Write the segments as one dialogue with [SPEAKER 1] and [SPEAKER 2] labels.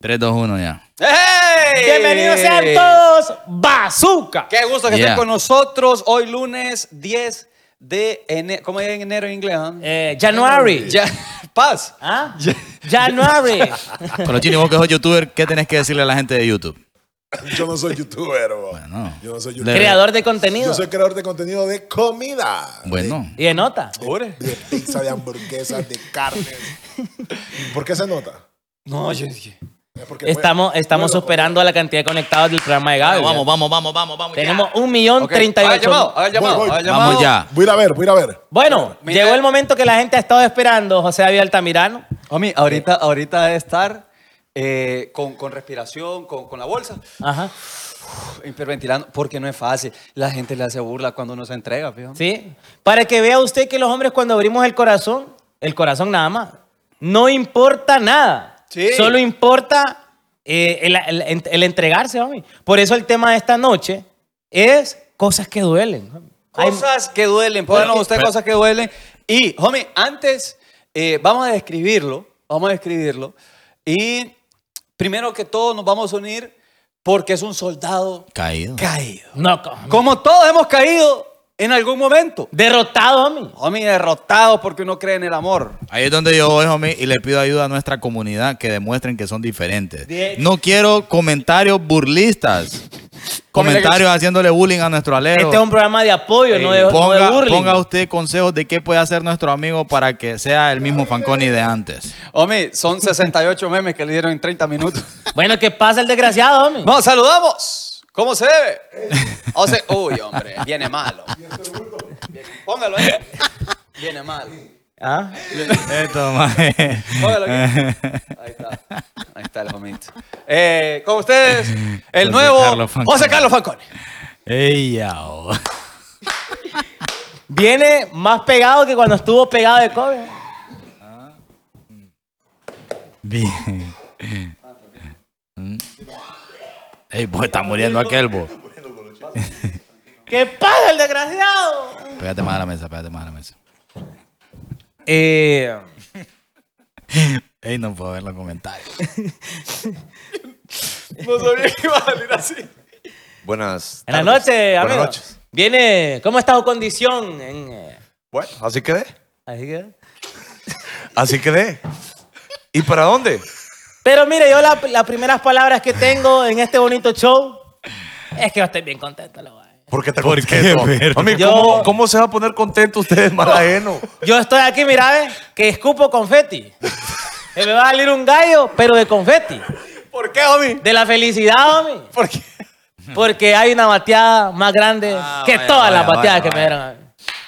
[SPEAKER 1] 3, 2, 1 ya.
[SPEAKER 2] ¡Hey!
[SPEAKER 3] Bienvenidos sean todos, Bazooka.
[SPEAKER 2] Eh. Qué gusto que
[SPEAKER 1] Yeah.
[SPEAKER 2] estén con nosotros hoy lunes 10 de enero. ¿Cómo es en enero en inglés? ah?
[SPEAKER 3] Eh, January.
[SPEAKER 2] Ya, paz.
[SPEAKER 3] ¿Ah? January.
[SPEAKER 1] Pero Chini, vos que sos youtuber, ¿qué tenés que decirle a la gente de YouTube?
[SPEAKER 4] Yo no soy youtuber, bro.
[SPEAKER 1] Bueno.
[SPEAKER 4] Yo no soy
[SPEAKER 1] Le-
[SPEAKER 4] youtuber.
[SPEAKER 3] Creador de
[SPEAKER 4] Yo
[SPEAKER 3] contenido.
[SPEAKER 4] soy creador de contenido de comida.
[SPEAKER 1] Bueno,
[SPEAKER 3] Y de nota.
[SPEAKER 2] Jure.
[SPEAKER 4] De, de pizza, de hamburguesas, de carnes. ¿Por qué se nota?
[SPEAKER 2] No, yo dije.
[SPEAKER 4] Es porque fue-
[SPEAKER 3] Estamos, estamos
[SPEAKER 4] bueno,
[SPEAKER 3] superando a la cantidad de conectados del programa de Gaby.
[SPEAKER 1] vamos, vamos, vamos, vamos, vamos. ya.
[SPEAKER 3] Tenemos un millón
[SPEAKER 2] Ok, Ah,
[SPEAKER 3] treinta y
[SPEAKER 2] hagan
[SPEAKER 3] ocho-
[SPEAKER 2] llamado, hagan llamado,
[SPEAKER 4] Voy, voy.
[SPEAKER 2] hagan llamado.
[SPEAKER 1] Vamos ya.
[SPEAKER 4] Voy a ir a ver, voy a ir a ver.
[SPEAKER 3] Bueno,
[SPEAKER 2] Mira.
[SPEAKER 3] llegó el momento que la gente ha estado esperando, José David Altamirano.
[SPEAKER 2] Homie, ahorita, ahorita debe estar eh, con, con respiración, con, con la bolsa,
[SPEAKER 3] Ajá.
[SPEAKER 2] hiperventilando, porque no es fácil. La gente le hace burla cuando uno se entrega, fijo.
[SPEAKER 3] Sí. Para que vea usted que los hombres cuando abrimos el corazón, el corazón nada más, no importa nada.
[SPEAKER 2] Sí.
[SPEAKER 3] Solo importa eh, el, el- el- el entregarse, homie. Por eso el tema de esta noche es cosas que duelen. homie. Hay-
[SPEAKER 2] Cosas que duelen, pónganos
[SPEAKER 3] Porque-
[SPEAKER 2] usted cosas que duelen. Y, homie, antes eh, vamos a describirlo, vamos a describirlo. Y primero que todo nos vamos a unir porque es un soldado
[SPEAKER 1] Caído.
[SPEAKER 2] caído.
[SPEAKER 3] No, co-
[SPEAKER 2] Como todos hemos caído en algún momento.
[SPEAKER 3] derrotado, homie.
[SPEAKER 2] Homie, derrotado porque uno cree en el amor.
[SPEAKER 1] Ahí es donde yo voy, homie, y le pido ayuda a nuestra comunidad que demuestren que son diferentes.
[SPEAKER 3] Die-
[SPEAKER 1] No quiero comentarios burlistas. comentarios haciéndole bullying a nuestro Alejo.
[SPEAKER 3] Este es un programa de apoyo, no de, no de
[SPEAKER 1] ponga,
[SPEAKER 3] burling.
[SPEAKER 1] ponga usted consejos de qué puede hacer nuestro amigo para que sea el mismo Fanconi de antes.
[SPEAKER 2] Homie, son 68 memes que le dieron en 30 minutos.
[SPEAKER 3] Bueno, ¿qué pasa el desgraciado, homie?
[SPEAKER 2] Nos saludamos. ¿Cómo se debe? O sea, uy, hombre, viene malo. Póngalo ahí. Viene malo.
[SPEAKER 3] Ah.
[SPEAKER 1] Esto, maje.
[SPEAKER 2] Póngalo
[SPEAKER 1] Eh.
[SPEAKER 2] aquí. Ahí está. Ahí está el momento. Eh, con ustedes, el
[SPEAKER 1] José
[SPEAKER 2] nuevo
[SPEAKER 1] Carlos Fanconi.
[SPEAKER 2] José Carlos Fanconi.
[SPEAKER 1] Ey, oh. yao.
[SPEAKER 3] Viene más pegado que cuando estuvo pegado de COVID.
[SPEAKER 1] Bien. Mm. Ey, vos está muriendo aquel, pues. vos.
[SPEAKER 3] ¿Qué pasa el desgraciado?
[SPEAKER 1] Pégate más a la mesa, pégate más a la mesa.
[SPEAKER 3] Eh,
[SPEAKER 1] Ey, no puedo ver los comentarios.
[SPEAKER 2] No sabía que iba a salir así.
[SPEAKER 5] Buenas.
[SPEAKER 3] en la
[SPEAKER 5] tardes.
[SPEAKER 3] noche,
[SPEAKER 5] Buenas
[SPEAKER 3] amigo.
[SPEAKER 5] noches.
[SPEAKER 3] Viene, ¿cómo está su condición? En, eh,
[SPEAKER 5] Bueno, así quedé.
[SPEAKER 3] así que-
[SPEAKER 5] Así quedé. ¿Y para dónde?
[SPEAKER 3] Pero mire, yo la- las primeras palabras que tengo en este bonito show es que yo estoy bien contento. la verdad.
[SPEAKER 5] Porque te
[SPEAKER 1] ¿Por qué,
[SPEAKER 5] contento.
[SPEAKER 1] perro?
[SPEAKER 5] Homie,
[SPEAKER 3] Yo-
[SPEAKER 5] ¿cómo, cómo se va a poner contento ustedes, mal ajeno?
[SPEAKER 3] Yo estoy aquí, mira, ve, que escupo confeti. Que me va a salir un gallo, pero de confeti.
[SPEAKER 2] ¿Por qué, homie?
[SPEAKER 3] De la felicidad, homie.
[SPEAKER 2] ¿Por qué?
[SPEAKER 3] Porque hay una bateada más grande
[SPEAKER 1] Ah,
[SPEAKER 3] que
[SPEAKER 1] vaya,
[SPEAKER 3] todas las
[SPEAKER 1] vaya,
[SPEAKER 3] bateadas
[SPEAKER 1] vaya,
[SPEAKER 3] que me
[SPEAKER 1] vaya.
[SPEAKER 3] dieron. a mí.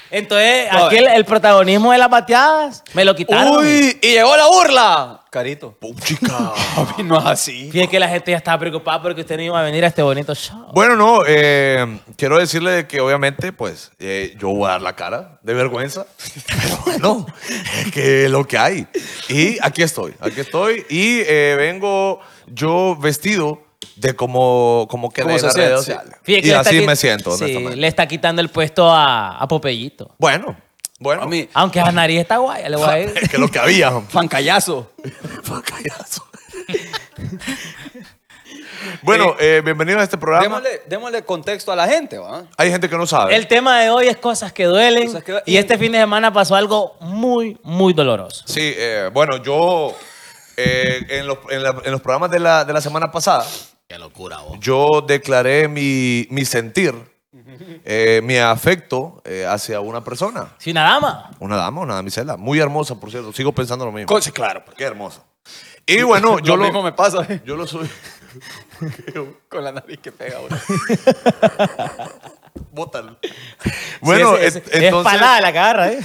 [SPEAKER 3] Entonces,
[SPEAKER 2] Joder.
[SPEAKER 3] aquí el, el protagonismo de las bateadas me lo quitaron. homie.
[SPEAKER 2] Uy, y llegó la burla. Carito.
[SPEAKER 5] Puchica.
[SPEAKER 2] Homie, no es así.
[SPEAKER 3] Fíjate que la gente ya estaba preocupada porque usted no iba a venir a este bonito show.
[SPEAKER 5] Bueno, no, eh, quiero decirle que obviamente, pues, eh, yo voy a dar la cara de vergüenza. Pero bueno, es que es lo que hay. Y aquí estoy, aquí estoy. Y eh, vengo yo vestido de como, como quedé
[SPEAKER 2] Como
[SPEAKER 5] en
[SPEAKER 2] se
[SPEAKER 5] las redes
[SPEAKER 2] siente,
[SPEAKER 5] sociales.
[SPEAKER 3] Fíjate que
[SPEAKER 5] Y
[SPEAKER 3] le está
[SPEAKER 5] así
[SPEAKER 3] quit-
[SPEAKER 5] me siento,
[SPEAKER 3] Sí,
[SPEAKER 5] honestamente.
[SPEAKER 3] le está quitando el puesto a, a Popeyito.
[SPEAKER 5] Bueno, bueno.
[SPEAKER 2] Homie,
[SPEAKER 3] Aunque la nariz está guay, le voy a ir.
[SPEAKER 5] Es que lo que había, homie.
[SPEAKER 2] fancallazo.
[SPEAKER 5] Pacayazo. bueno, eh, bienvenido a este programa.
[SPEAKER 2] Démosle, démosle contexto a la gente, ¿va?
[SPEAKER 5] Hay gente que no sabe.
[SPEAKER 3] El tema de hoy es cosas que duelen.
[SPEAKER 2] Cosas que-
[SPEAKER 3] y este fin de semana pasó algo muy, muy doloroso.
[SPEAKER 5] Sí, eh, bueno, yo eh, en, los, en la- en los programas de la, de la semana pasada,
[SPEAKER 1] Qué locura, vos.
[SPEAKER 5] yo declaré mi, mi sentir, eh, mi afecto eh, hacia una persona.
[SPEAKER 3] Sin una dama.
[SPEAKER 5] Una dama, una damisela. Muy hermosa, por cierto. Sigo pensando lo mismo.
[SPEAKER 2] Coche, claro.
[SPEAKER 5] Qué hermosa. Y bueno, yo
[SPEAKER 2] lo,
[SPEAKER 5] lo,
[SPEAKER 2] mismo me pasa eh,
[SPEAKER 5] yo lo subí.
[SPEAKER 2] con la nariz que pega, bro.
[SPEAKER 5] Bótalo. Bueno,
[SPEAKER 3] Sí, es, es-
[SPEAKER 5] et-
[SPEAKER 3] es
[SPEAKER 5] entonces.
[SPEAKER 3] palada la que agarra, ¿eh?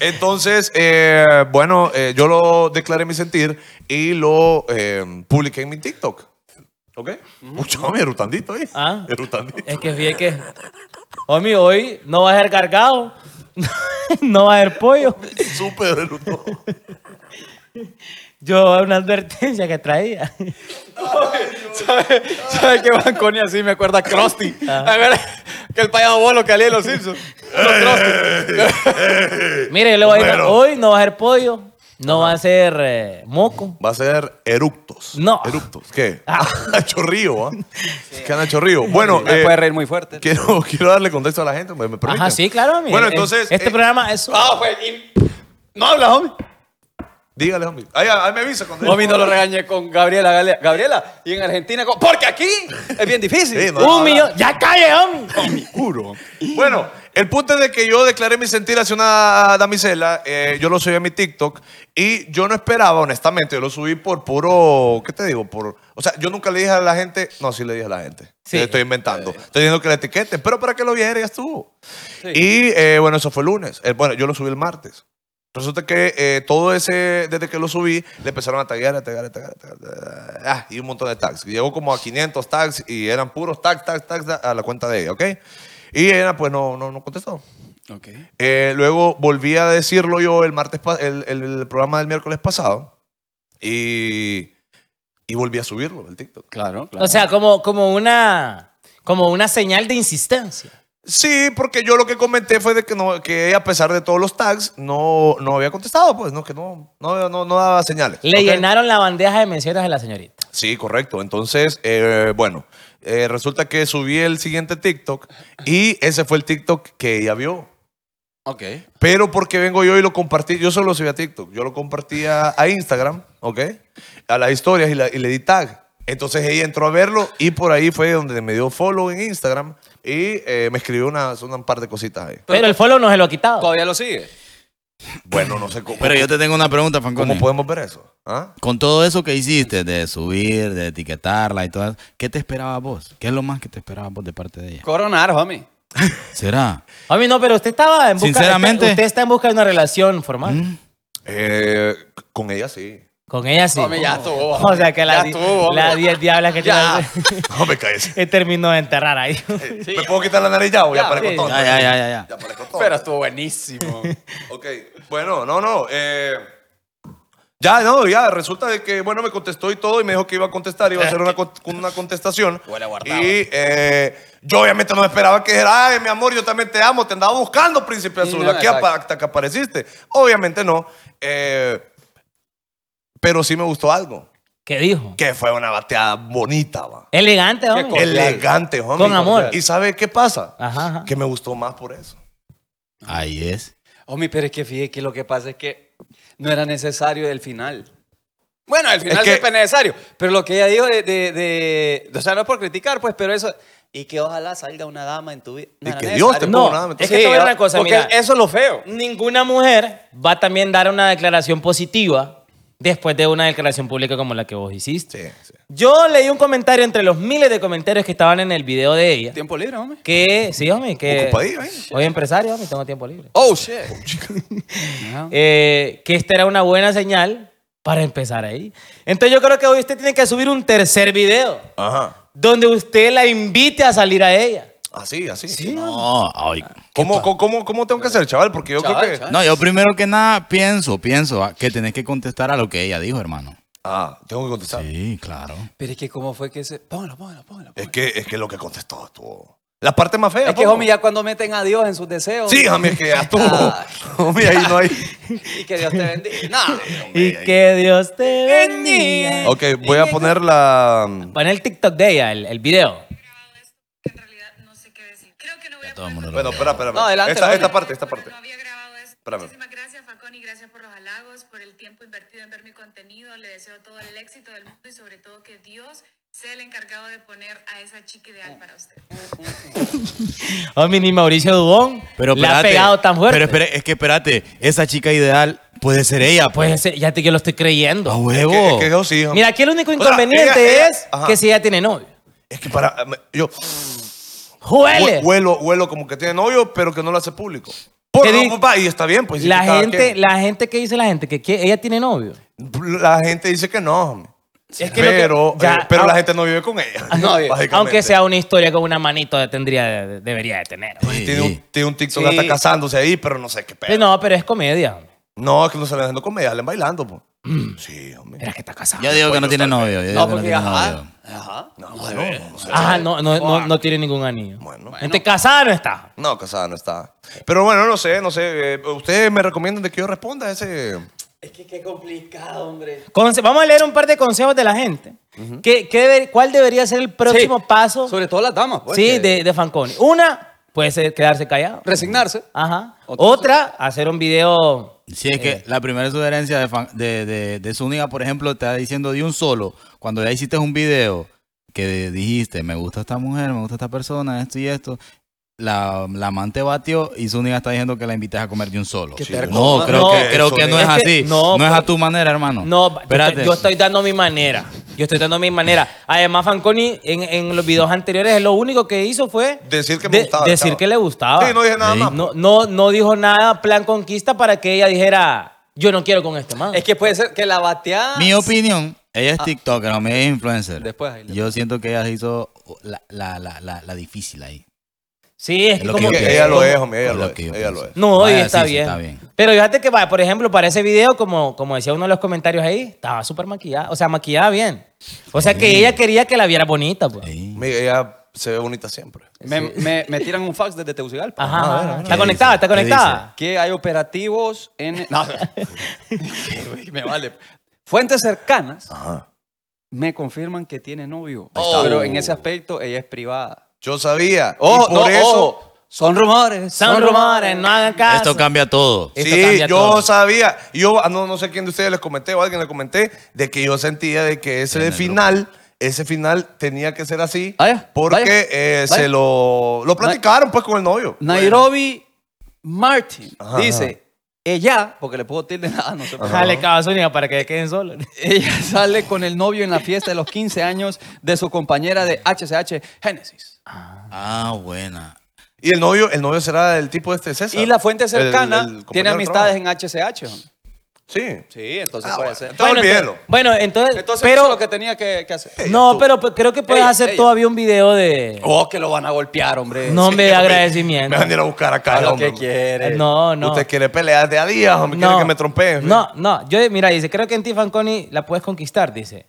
[SPEAKER 5] Entonces, eh, bueno, eh, yo lo declaré mi sentir y lo eh, publiqué en mi TikTok. ¿Ok? Mucho hombre, erutandito ahí.
[SPEAKER 3] Ah.
[SPEAKER 5] Erutandito.
[SPEAKER 3] Es que fíjate que. Homie, hoy no va a ser cargado. no va a haber pollo.
[SPEAKER 5] Súper erutó.
[SPEAKER 3] Yo una advertencia que traía.
[SPEAKER 2] ¿Sabe, sabe qué Banconi así me acuerda a Krusty? A ver, que el payaso bolo que alía los
[SPEAKER 5] Eh,
[SPEAKER 2] Simpsons. Los Krusty.
[SPEAKER 3] Mire, yo le voy a decir,
[SPEAKER 5] Homero.
[SPEAKER 3] hoy no va a haber pollo. No va a ser eh, moco.
[SPEAKER 5] Va a ser eructos.
[SPEAKER 3] No. Ah.
[SPEAKER 5] Eructos. ¿Qué? chorrío, ¿ah? Es que anda chorrío. Bueno,
[SPEAKER 2] Me
[SPEAKER 5] eh,
[SPEAKER 2] puede reír muy fuerte.
[SPEAKER 5] quiero, quiero darle contexto a la gente. ¿Me, me permiten?
[SPEAKER 3] Ajá, sí, claro, homie.
[SPEAKER 5] Bueno,
[SPEAKER 3] Eh,
[SPEAKER 5] entonces.
[SPEAKER 3] Este
[SPEAKER 5] eh,
[SPEAKER 3] programa es.
[SPEAKER 2] Ah, pues, y- No habla, homie.
[SPEAKER 5] Dígale, homie. Ahí, ahí me avisa cuando.
[SPEAKER 2] Homie, no lo regañé con Gabriela. Gale- Gabriela, y en Argentina, con- porque aquí es bien difícil.
[SPEAKER 5] Sí, no.
[SPEAKER 3] un millón. ¡Ya calle, homie!
[SPEAKER 5] Juro. Bueno, el punto es de que yo declaré mi sentir hacia una damisela. eh, yo lo subí a mi TikTok y yo no esperaba, honestamente. Yo lo subí por puro. ¿Qué te digo? Por, o sea, yo nunca le dije a la gente. No, sí le dije a la gente.
[SPEAKER 3] Sí.
[SPEAKER 5] Le estoy inventando. Estoy diciendo que la etiqueten, pero para que lo viera ya estuvo. Y eh, bueno, eso fue el lunes. Eh, bueno, yo lo subí el martes. Resulta que eh, todo ese, desde que lo subí, le empezaron a taggear, a taggear, a taggear, a taggear, ah, y un montón de tags. Llegó como a 500 tags y eran puros tags, tags, tags tags, a la cuenta de ella, ¿ok? Y ella pues no, no, no contestó.
[SPEAKER 2] Ok.
[SPEAKER 5] Eh, luego volví a decirlo yo el martes, pa- el, el- el programa del miércoles pasado y, y volví a subirlo el TikTok.
[SPEAKER 2] Claro, claro.
[SPEAKER 3] O sea, como, como una. Como una señal de insistencia.
[SPEAKER 5] Sí, porque yo lo que comenté fue de que, no, que ella, a pesar de todos los tags, no, no había contestado, pues, no, que no, no, no, no daba señales.
[SPEAKER 3] Le
[SPEAKER 5] ¿ok?
[SPEAKER 3] llenaron la bandeja de menciones a la señorita.
[SPEAKER 5] Sí, correcto. Entonces, eh, bueno, eh, resulta que subí el siguiente TikTok y ese fue el TikTok que ella vio.
[SPEAKER 2] ok.
[SPEAKER 5] Pero porque vengo yo y lo compartí, yo solo subí a TikTok, yo lo compartía a Instagram, ¿ok? A las historias y, la- y le di tag. Entonces ella entró a verlo y por ahí fue donde me dio follow en Instagram y eh, me escribió una, un par de cositas ahí.
[SPEAKER 3] Pero el follow no se lo ha quitado.
[SPEAKER 2] Todavía lo sigue.
[SPEAKER 5] Bueno, no sé cómo,
[SPEAKER 1] Pero yo te tengo una pregunta, Fanconi.
[SPEAKER 5] cómo podemos ver eso. ¿Ah?
[SPEAKER 1] Con todo eso que hiciste, de subir, de etiquetarla y todo eso, ¿qué te esperabas vos? ¿Qué es lo más que te esperabas vos de parte de ella?
[SPEAKER 2] Coronar, homie.
[SPEAKER 1] ¿Será?
[SPEAKER 3] A mí no, pero usted estaba en busca.
[SPEAKER 1] Sinceramente.
[SPEAKER 3] Usted, usted está en busca de una relación formal.
[SPEAKER 1] ¿Mm?
[SPEAKER 5] Eh, con ella sí.
[SPEAKER 3] Con ella sí.
[SPEAKER 2] Homie, ya estuvo,
[SPEAKER 3] O sea, que la,
[SPEAKER 2] ya
[SPEAKER 3] di-
[SPEAKER 2] estuvo,
[SPEAKER 3] la
[SPEAKER 2] hombre.
[SPEAKER 3] 10 diablas que
[SPEAKER 2] Ya.
[SPEAKER 5] No me caes.
[SPEAKER 3] te- terminó de enterrar ahí.
[SPEAKER 5] ¿Me puedo quitar la nariz ya o ya,
[SPEAKER 2] Ya,
[SPEAKER 5] parezco
[SPEAKER 2] sí.
[SPEAKER 5] tonto?
[SPEAKER 1] Ya, ya, ya, ya, ya.
[SPEAKER 5] Ya parezco tonto.
[SPEAKER 2] Pero estuvo buenísimo.
[SPEAKER 5] Ok, bueno, no, no. eh, ya, no, ya. Resulta de que, bueno, me contestó y todo y me dijo que iba a contestar, iba a hacer una, con- una contestación.
[SPEAKER 2] Huele a guardado.
[SPEAKER 5] Y eh, yo obviamente no me esperaba que dijera, ay, mi amor, yo también te amo, te andaba buscando, Príncipe Azul,
[SPEAKER 2] No,
[SPEAKER 5] aquí
[SPEAKER 2] exacto.
[SPEAKER 5] apa- hasta que apareciste. Obviamente no. eh, pero sí me gustó algo,
[SPEAKER 3] ¿Qué dijo?
[SPEAKER 5] que fue una bateada bonita, va.
[SPEAKER 3] Elegante,
[SPEAKER 2] Qué
[SPEAKER 3] hombre.
[SPEAKER 2] cordial.
[SPEAKER 5] Elegante, homie.
[SPEAKER 3] Con amor.
[SPEAKER 5] ¿Y sabe qué pasa?
[SPEAKER 3] Ajá, ajá.
[SPEAKER 5] Que me gustó más por eso.
[SPEAKER 1] Ahí es.
[SPEAKER 2] Homie, pero es que fíjate que lo que pasa es que no era necesario el final. Bueno, el final
[SPEAKER 5] Es que-
[SPEAKER 2] siempre es necesario. Pero lo que ella dijo de, de, de- O sea, no es por criticar, pues, pero eso. Y que ojalá salga una dama en tu vida.
[SPEAKER 5] Y
[SPEAKER 2] era
[SPEAKER 5] que
[SPEAKER 2] necesario.
[SPEAKER 5] Dios te
[SPEAKER 3] No,
[SPEAKER 5] ponga una-
[SPEAKER 3] es que te voy a decir una cosa,
[SPEAKER 2] porque
[SPEAKER 3] mira.
[SPEAKER 2] eso es lo feo.
[SPEAKER 3] Ninguna mujer va a también dar una declaración positiva después de una declaración pública como la que vos hiciste.
[SPEAKER 5] Sí, sí.
[SPEAKER 3] Yo leí un comentario entre los miles de comentarios que estaban en el video de ella.
[SPEAKER 2] Tiempo libre, homie.
[SPEAKER 3] Que, sí, homie, que...
[SPEAKER 5] Ocupadillo, ¿eh?
[SPEAKER 3] Soy empresario, homie, tengo tiempo libre.
[SPEAKER 2] Oh, shit. Ajá.
[SPEAKER 3] Eh, que esta era una buena señal para empezar ahí. Entonces yo creo que hoy usted tiene que subir un tercer video
[SPEAKER 5] Ajá.
[SPEAKER 3] donde usted la invite a salir a ella.
[SPEAKER 5] Así, así. Ah.
[SPEAKER 1] No, ay.
[SPEAKER 5] ¿Cómo, cómo- cómo, cómo tengo que hacer, chaval? Porque yo
[SPEAKER 2] Chaval,
[SPEAKER 5] creo que.
[SPEAKER 2] chaval.
[SPEAKER 1] No, yo primero que nada pienso, pienso ah, que tenés que contestar a lo que ella dijo, hermano.
[SPEAKER 5] Ah, tengo que contestar.
[SPEAKER 1] Sí, claro.
[SPEAKER 2] Pero es que, ¿cómo fue que se.? Póngalo, póngalo, póngalo.
[SPEAKER 5] Es,
[SPEAKER 2] póngalo.
[SPEAKER 5] que, es que lo que contestó estuvo. La parte más fea.
[SPEAKER 2] Es que,
[SPEAKER 5] pongo.
[SPEAKER 2] homie, ya Ah. cuando meten a Dios en sus deseos.
[SPEAKER 5] Sí, homie, es que ya estuvo. homie, ahí no hay.
[SPEAKER 2] Y que Dios te bendiga. No.
[SPEAKER 3] Y que Dios te bendiga.
[SPEAKER 5] Ok, voy a poner la.
[SPEAKER 3] Pon el TikTok de ella, el, el video.
[SPEAKER 6] grabado esto, que en realidad no sé qué decir. Creo que no voy a
[SPEAKER 1] todo el mundo
[SPEAKER 6] poder
[SPEAKER 1] lo
[SPEAKER 6] contar
[SPEAKER 5] Bueno, espera, espera. espera.
[SPEAKER 2] No, adelante,
[SPEAKER 5] esta,
[SPEAKER 2] homie.
[SPEAKER 5] esta parte,
[SPEAKER 6] todo,
[SPEAKER 5] esta
[SPEAKER 6] porque
[SPEAKER 5] parte.
[SPEAKER 6] No había grabado esto.
[SPEAKER 5] Espérame.
[SPEAKER 6] Muchísimas gracias, Faconi, gracias por los halagos, por el tiempo invertido en ver mi contenido. Le deseo todo el éxito del mundo y sobre todo que Dios sea el encargado de poner a esa chica
[SPEAKER 5] Uh.
[SPEAKER 6] ideal para usted.
[SPEAKER 3] Homie, ni Mauricio Dubón
[SPEAKER 1] Pero
[SPEAKER 3] le ha
[SPEAKER 1] espérate,
[SPEAKER 3] pegado tan fuerte.
[SPEAKER 1] Pero espera, es que espérate, esa chica ideal puede ser ella,
[SPEAKER 3] Pues
[SPEAKER 1] pues.
[SPEAKER 3] ese- ya te, yo lo estoy creyendo.
[SPEAKER 1] A
[SPEAKER 5] Es
[SPEAKER 1] huevo.
[SPEAKER 5] que, es que yo Ah, sí, homie.
[SPEAKER 3] Mira, aquí el único
[SPEAKER 5] O sea,
[SPEAKER 3] inconveniente
[SPEAKER 5] ella- ella-
[SPEAKER 3] es
[SPEAKER 5] ajá.
[SPEAKER 3] que si ella tiene novio.
[SPEAKER 5] Es que para. Yo.
[SPEAKER 3] ¡Juele!
[SPEAKER 5] hue- Huelo, huelo como que tiene novio, pero que no lo hace público. Por
[SPEAKER 3] Te di-
[SPEAKER 5] no, papá, y está bien, pues. sí,
[SPEAKER 3] la
[SPEAKER 5] que cada
[SPEAKER 3] gente,
[SPEAKER 5] quien.
[SPEAKER 3] la gente que dice la gente que, que ella tiene novio.
[SPEAKER 5] La gente dice que no, homie.
[SPEAKER 3] Es que lo que-
[SPEAKER 5] pero
[SPEAKER 3] ya,
[SPEAKER 5] eh, pero
[SPEAKER 3] au-
[SPEAKER 5] la gente no vive con ella.
[SPEAKER 2] ah. No, eh,
[SPEAKER 5] básicamente.
[SPEAKER 3] Aunque sea una historia con una manito de- tendría de- de- debería de tener.
[SPEAKER 1] Sí, sí.
[SPEAKER 5] pues, Tiene un, tiene un TikTok
[SPEAKER 2] Sí.
[SPEAKER 5] hasta casándose ahí, pero no sé qué pedo.
[SPEAKER 3] Pues no, pero es comedia. hombre.
[SPEAKER 5] No, es que no salen haciendo comedia, salen bailando, po.
[SPEAKER 2] Mm.
[SPEAKER 5] Sí, hombre.
[SPEAKER 3] Mira que está casado.
[SPEAKER 1] Yo digo que no tiene novio. yo digo
[SPEAKER 2] No,
[SPEAKER 1] que no
[SPEAKER 2] porque
[SPEAKER 1] tiene
[SPEAKER 2] ajá.
[SPEAKER 1] novio.
[SPEAKER 2] Ajá.
[SPEAKER 5] No, bueno, no, sé.
[SPEAKER 3] Ajá, Ah, no, no, no, no tiene ningún anillo.
[SPEAKER 5] Bueno.
[SPEAKER 3] Este casada no está.
[SPEAKER 5] No, casada no está. Pero bueno, no sé, no sé. eh, ¿Ustedes me recomiendan de que yo responda a ese,
[SPEAKER 2] Es que qué complicado, hombre.
[SPEAKER 3] Conse- Vamos a leer un par de consejos de la gente. ¿Qué- qué debe- ¿Cuál debería ser el próximo
[SPEAKER 2] Sí,
[SPEAKER 3] paso?
[SPEAKER 2] Sobre todo las damas, pues,
[SPEAKER 3] sí,
[SPEAKER 2] que-
[SPEAKER 3] de, de Fanconi. Una, puede ser quedarse callado.
[SPEAKER 2] Resignarse.
[SPEAKER 3] Ajá.
[SPEAKER 2] Otra-
[SPEAKER 3] Otra, hacer un video.
[SPEAKER 1] Si es
[SPEAKER 3] Eh.
[SPEAKER 1] que la primera sugerencia de, fan- de, de, de Zúñiga, por ejemplo, te está diciendo de un solo, cuando ya hiciste un video que dijiste, me gusta esta mujer, me gusta esta persona, esto y esto, la, la amante batió y Zúñiga está diciendo que la invites a comer de un solo.
[SPEAKER 2] Qué
[SPEAKER 1] Sí.
[SPEAKER 2] terco.
[SPEAKER 1] No, creo
[SPEAKER 3] No,
[SPEAKER 1] que, creo
[SPEAKER 5] eso
[SPEAKER 1] que no
[SPEAKER 3] es
[SPEAKER 1] es
[SPEAKER 3] que-
[SPEAKER 1] así.
[SPEAKER 3] no,
[SPEAKER 1] No, es
[SPEAKER 3] pero-
[SPEAKER 1] a tu manera, hermano.
[SPEAKER 3] No, yo
[SPEAKER 1] espérate.
[SPEAKER 3] estoy, yo estoy dando mi manera. Yo estoy dando mi manera. Además, Fanconi en, en los videos anteriores lo único que hizo fue
[SPEAKER 5] Decir que me gustaba,
[SPEAKER 3] Decir
[SPEAKER 5] chava.
[SPEAKER 3] que le
[SPEAKER 2] Ah,
[SPEAKER 3] gustaba.
[SPEAKER 5] Sí, no dije nada
[SPEAKER 1] Sí.
[SPEAKER 5] más.
[SPEAKER 3] No, no, no dijo nada plan conquista para que ella dijera, yo no quiero con este man.
[SPEAKER 2] Es que puede ser que la batea.
[SPEAKER 1] Mi opinión, ella es
[SPEAKER 5] Ah.
[SPEAKER 1] TikToker, no me es influencer.
[SPEAKER 2] Después ahí le-
[SPEAKER 1] yo siento que ella se hizo la, la, la, la, la difícil ahí.
[SPEAKER 3] sí, es que
[SPEAKER 1] lo
[SPEAKER 3] como
[SPEAKER 1] que yo
[SPEAKER 5] Que
[SPEAKER 1] pienso.
[SPEAKER 5] ella lo es,
[SPEAKER 3] como-
[SPEAKER 5] homie, ella
[SPEAKER 1] Es
[SPEAKER 5] lo
[SPEAKER 1] lo
[SPEAKER 5] es.
[SPEAKER 1] que yo
[SPEAKER 5] Ella lo
[SPEAKER 1] pienso.
[SPEAKER 5] es.
[SPEAKER 3] No,
[SPEAKER 1] Vaya,
[SPEAKER 3] y está,
[SPEAKER 1] sí, sí,
[SPEAKER 3] bien.
[SPEAKER 1] está bien.
[SPEAKER 3] Pero fíjate que, vaya, por ejemplo, para ese video, como, como decía uno de los comentarios ahí, estaba súper maquillada. O sea, maquillada bien. O sea, que ella quería que la viera bonita, pues.
[SPEAKER 1] Ahí.
[SPEAKER 5] Mira, ella se ve bonita siempre.
[SPEAKER 2] Me, me- me tiran un fax desde Tegucigalpa.
[SPEAKER 3] Ajá,
[SPEAKER 1] Ah,
[SPEAKER 3] ajá.
[SPEAKER 1] bueno,
[SPEAKER 3] Está
[SPEAKER 1] ¿qué
[SPEAKER 3] conectada,
[SPEAKER 1] dice?
[SPEAKER 3] está
[SPEAKER 1] ¿Qué
[SPEAKER 3] conectada.
[SPEAKER 2] Que hay operativos en. No, que, güey, me vale. Fuentes cercanas
[SPEAKER 5] Ajá.
[SPEAKER 2] me confirman que tiene novio.
[SPEAKER 5] Oh.
[SPEAKER 2] Pero en ese aspecto ella es privada.
[SPEAKER 5] Yo sabía.
[SPEAKER 2] Ojo,
[SPEAKER 5] y por
[SPEAKER 2] Oh, no,
[SPEAKER 5] eso.
[SPEAKER 2] ojo. Son rumores.
[SPEAKER 3] Son rumores, no hagan caso.
[SPEAKER 1] Esto cambia todo.
[SPEAKER 3] Esto
[SPEAKER 5] sí,
[SPEAKER 3] cambia
[SPEAKER 5] yo
[SPEAKER 3] todo.
[SPEAKER 5] sabía. y Yo ah, no, no sé quién de ustedes les comenté o alguien le comenté de que yo sentía de que ese
[SPEAKER 1] En el
[SPEAKER 5] final, ese final tenía que ser así
[SPEAKER 2] Vaya,
[SPEAKER 5] porque
[SPEAKER 2] vaya,
[SPEAKER 5] eh,
[SPEAKER 2] vaya.
[SPEAKER 5] se lo, lo platicaron pues con el novio.
[SPEAKER 2] Nairobi Martin
[SPEAKER 5] Ajá,
[SPEAKER 2] dice, ella, porque le puedo tilde nada, no sé por qué.
[SPEAKER 3] Dale caso, Zúñiga, para que queden solos.
[SPEAKER 2] Ella sale con el novio en la fiesta de los 15 años de su compañera de HCH Genesis.
[SPEAKER 1] Ah, buena.
[SPEAKER 5] Y el novio, el novio será el tipo este César.
[SPEAKER 2] Y la fuente cercana
[SPEAKER 5] El- el compañero
[SPEAKER 2] tiene
[SPEAKER 5] de
[SPEAKER 2] amistades
[SPEAKER 5] trabajo.
[SPEAKER 2] en HCH. hombre.
[SPEAKER 5] Sí.
[SPEAKER 2] Sí, entonces
[SPEAKER 5] Ah,
[SPEAKER 2] puede
[SPEAKER 5] bueno.
[SPEAKER 2] ser.
[SPEAKER 5] Entonces, olvídelo.
[SPEAKER 3] ent- bueno, entonces,
[SPEAKER 2] Entonces
[SPEAKER 3] pero,
[SPEAKER 2] eso es lo que tenía que, que hacer.
[SPEAKER 3] no, pero pues, creo que puedes
[SPEAKER 2] Ella,
[SPEAKER 3] hacer
[SPEAKER 2] ella.
[SPEAKER 3] todavía un video de,
[SPEAKER 2] Oh, que lo van a golpear, hombre.
[SPEAKER 3] no
[SPEAKER 2] Sí,
[SPEAKER 3] me de
[SPEAKER 5] Me
[SPEAKER 3] agradecimiento.
[SPEAKER 5] van a ir a buscar acá.
[SPEAKER 2] a lo
[SPEAKER 5] hombre.
[SPEAKER 2] que quiere.
[SPEAKER 3] No, no.
[SPEAKER 5] Usted quiere pelear de a día, hombre, quiere que me trompeen.
[SPEAKER 3] No, no. Yo, mira, dice, creo que en ti, Fanconi, la puedes conquistar, dice.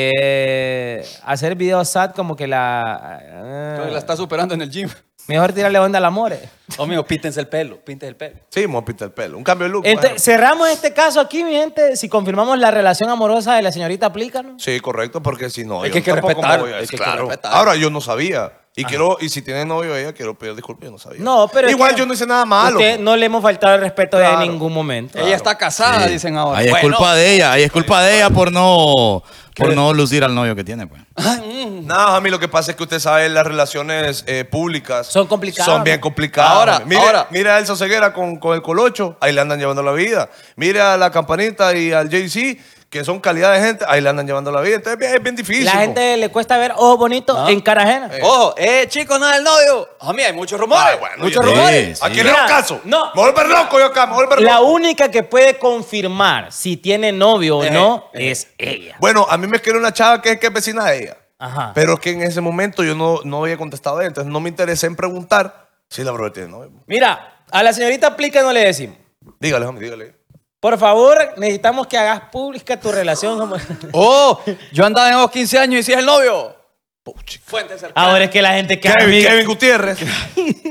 [SPEAKER 3] Eh, hacer videos sad como que la... eh,
[SPEAKER 2] La está superando en el gym.
[SPEAKER 3] Mejor tirarle onda al amor. eh.
[SPEAKER 2] Oh, mío, píntense el pelo, píntense el pelo.
[SPEAKER 5] Sí, me voy a pintar el pelo. Un cambio de look.
[SPEAKER 3] Ente-
[SPEAKER 5] bueno.
[SPEAKER 3] cerramos este caso aquí, mi gente. Si confirmamos la relación amorosa de la señorita Aplícano.
[SPEAKER 5] Sí, correcto, porque si no,
[SPEAKER 2] Es
[SPEAKER 5] yo
[SPEAKER 2] que hay que
[SPEAKER 5] tampoco me
[SPEAKER 2] respetar,
[SPEAKER 5] voy a-
[SPEAKER 2] es que hay que
[SPEAKER 5] claro.
[SPEAKER 2] respetar.
[SPEAKER 5] Ahora yo no sabía. Y quiero, y si tiene novio ella, quiero pedir disculpas, yo no sabía.
[SPEAKER 3] No, pero es
[SPEAKER 5] Igual
[SPEAKER 3] que
[SPEAKER 5] yo no hice nada malo.
[SPEAKER 3] Usted no le hemos faltado el respeto
[SPEAKER 5] Claro.
[SPEAKER 3] de ningún momento.
[SPEAKER 2] Ella está casada,
[SPEAKER 1] Sí.
[SPEAKER 2] Ah, dicen ahora.
[SPEAKER 1] Ahí es
[SPEAKER 2] Bueno,
[SPEAKER 1] culpa de ella, ahí es culpa de ella por no, por no lucir al novio que tiene, pues.
[SPEAKER 5] No, a mí lo que pasa es que usted sabe las relaciones eh, públicas.
[SPEAKER 3] Son complicadas.
[SPEAKER 5] Son bien complicadas.
[SPEAKER 2] Ahora,
[SPEAKER 5] hombre. mire,
[SPEAKER 2] ahora.
[SPEAKER 5] Mire a Elsa Ceguera con, con el Colocho, ahí le andan llevando la vida. Mire a la Campanita y al Jay-Z, que son calidad de gente, ahí le andan llevando la vida. Entonces es bien- es bien difícil.
[SPEAKER 3] la
[SPEAKER 5] po.
[SPEAKER 3] gente le cuesta ver ojos bonitos en cara ajena.
[SPEAKER 2] Ojo, eh, chicos, nada del novio. Homie, hay muchos rumores.
[SPEAKER 5] Ah, bueno,
[SPEAKER 2] muchos
[SPEAKER 5] yo-
[SPEAKER 2] rumores.
[SPEAKER 1] Sí,
[SPEAKER 5] Aquí
[SPEAKER 1] sí.
[SPEAKER 5] le hago
[SPEAKER 3] Mira,
[SPEAKER 5] caso.
[SPEAKER 3] no.
[SPEAKER 5] Me voy a volver loco yo acá, me voy a volver
[SPEAKER 3] La
[SPEAKER 5] loco.
[SPEAKER 3] única que puede confirmar si tiene novio o
[SPEAKER 2] Eh,
[SPEAKER 3] no
[SPEAKER 2] eh.
[SPEAKER 3] es ella.
[SPEAKER 5] Bueno, a mí me quiere una chava que es, que es vecina de ella.
[SPEAKER 3] Ajá.
[SPEAKER 5] Pero es que en ese momento yo no, no había contestado a ella, entonces no me interesé en preguntar si la brother tiene novio.
[SPEAKER 3] Mira, a la señorita Aplícano le decimos.
[SPEAKER 5] Dígale, hombre, dígale.
[SPEAKER 3] Por favor, necesitamos que hagas pública tu relación. como-
[SPEAKER 2] Oh, yo andaba en los 15 años y si es el novio. Fuente cercana.
[SPEAKER 3] Ahora Ah, es que la gente que
[SPEAKER 5] Kevin,
[SPEAKER 3] amiga-
[SPEAKER 5] Kevin Gutiérrez.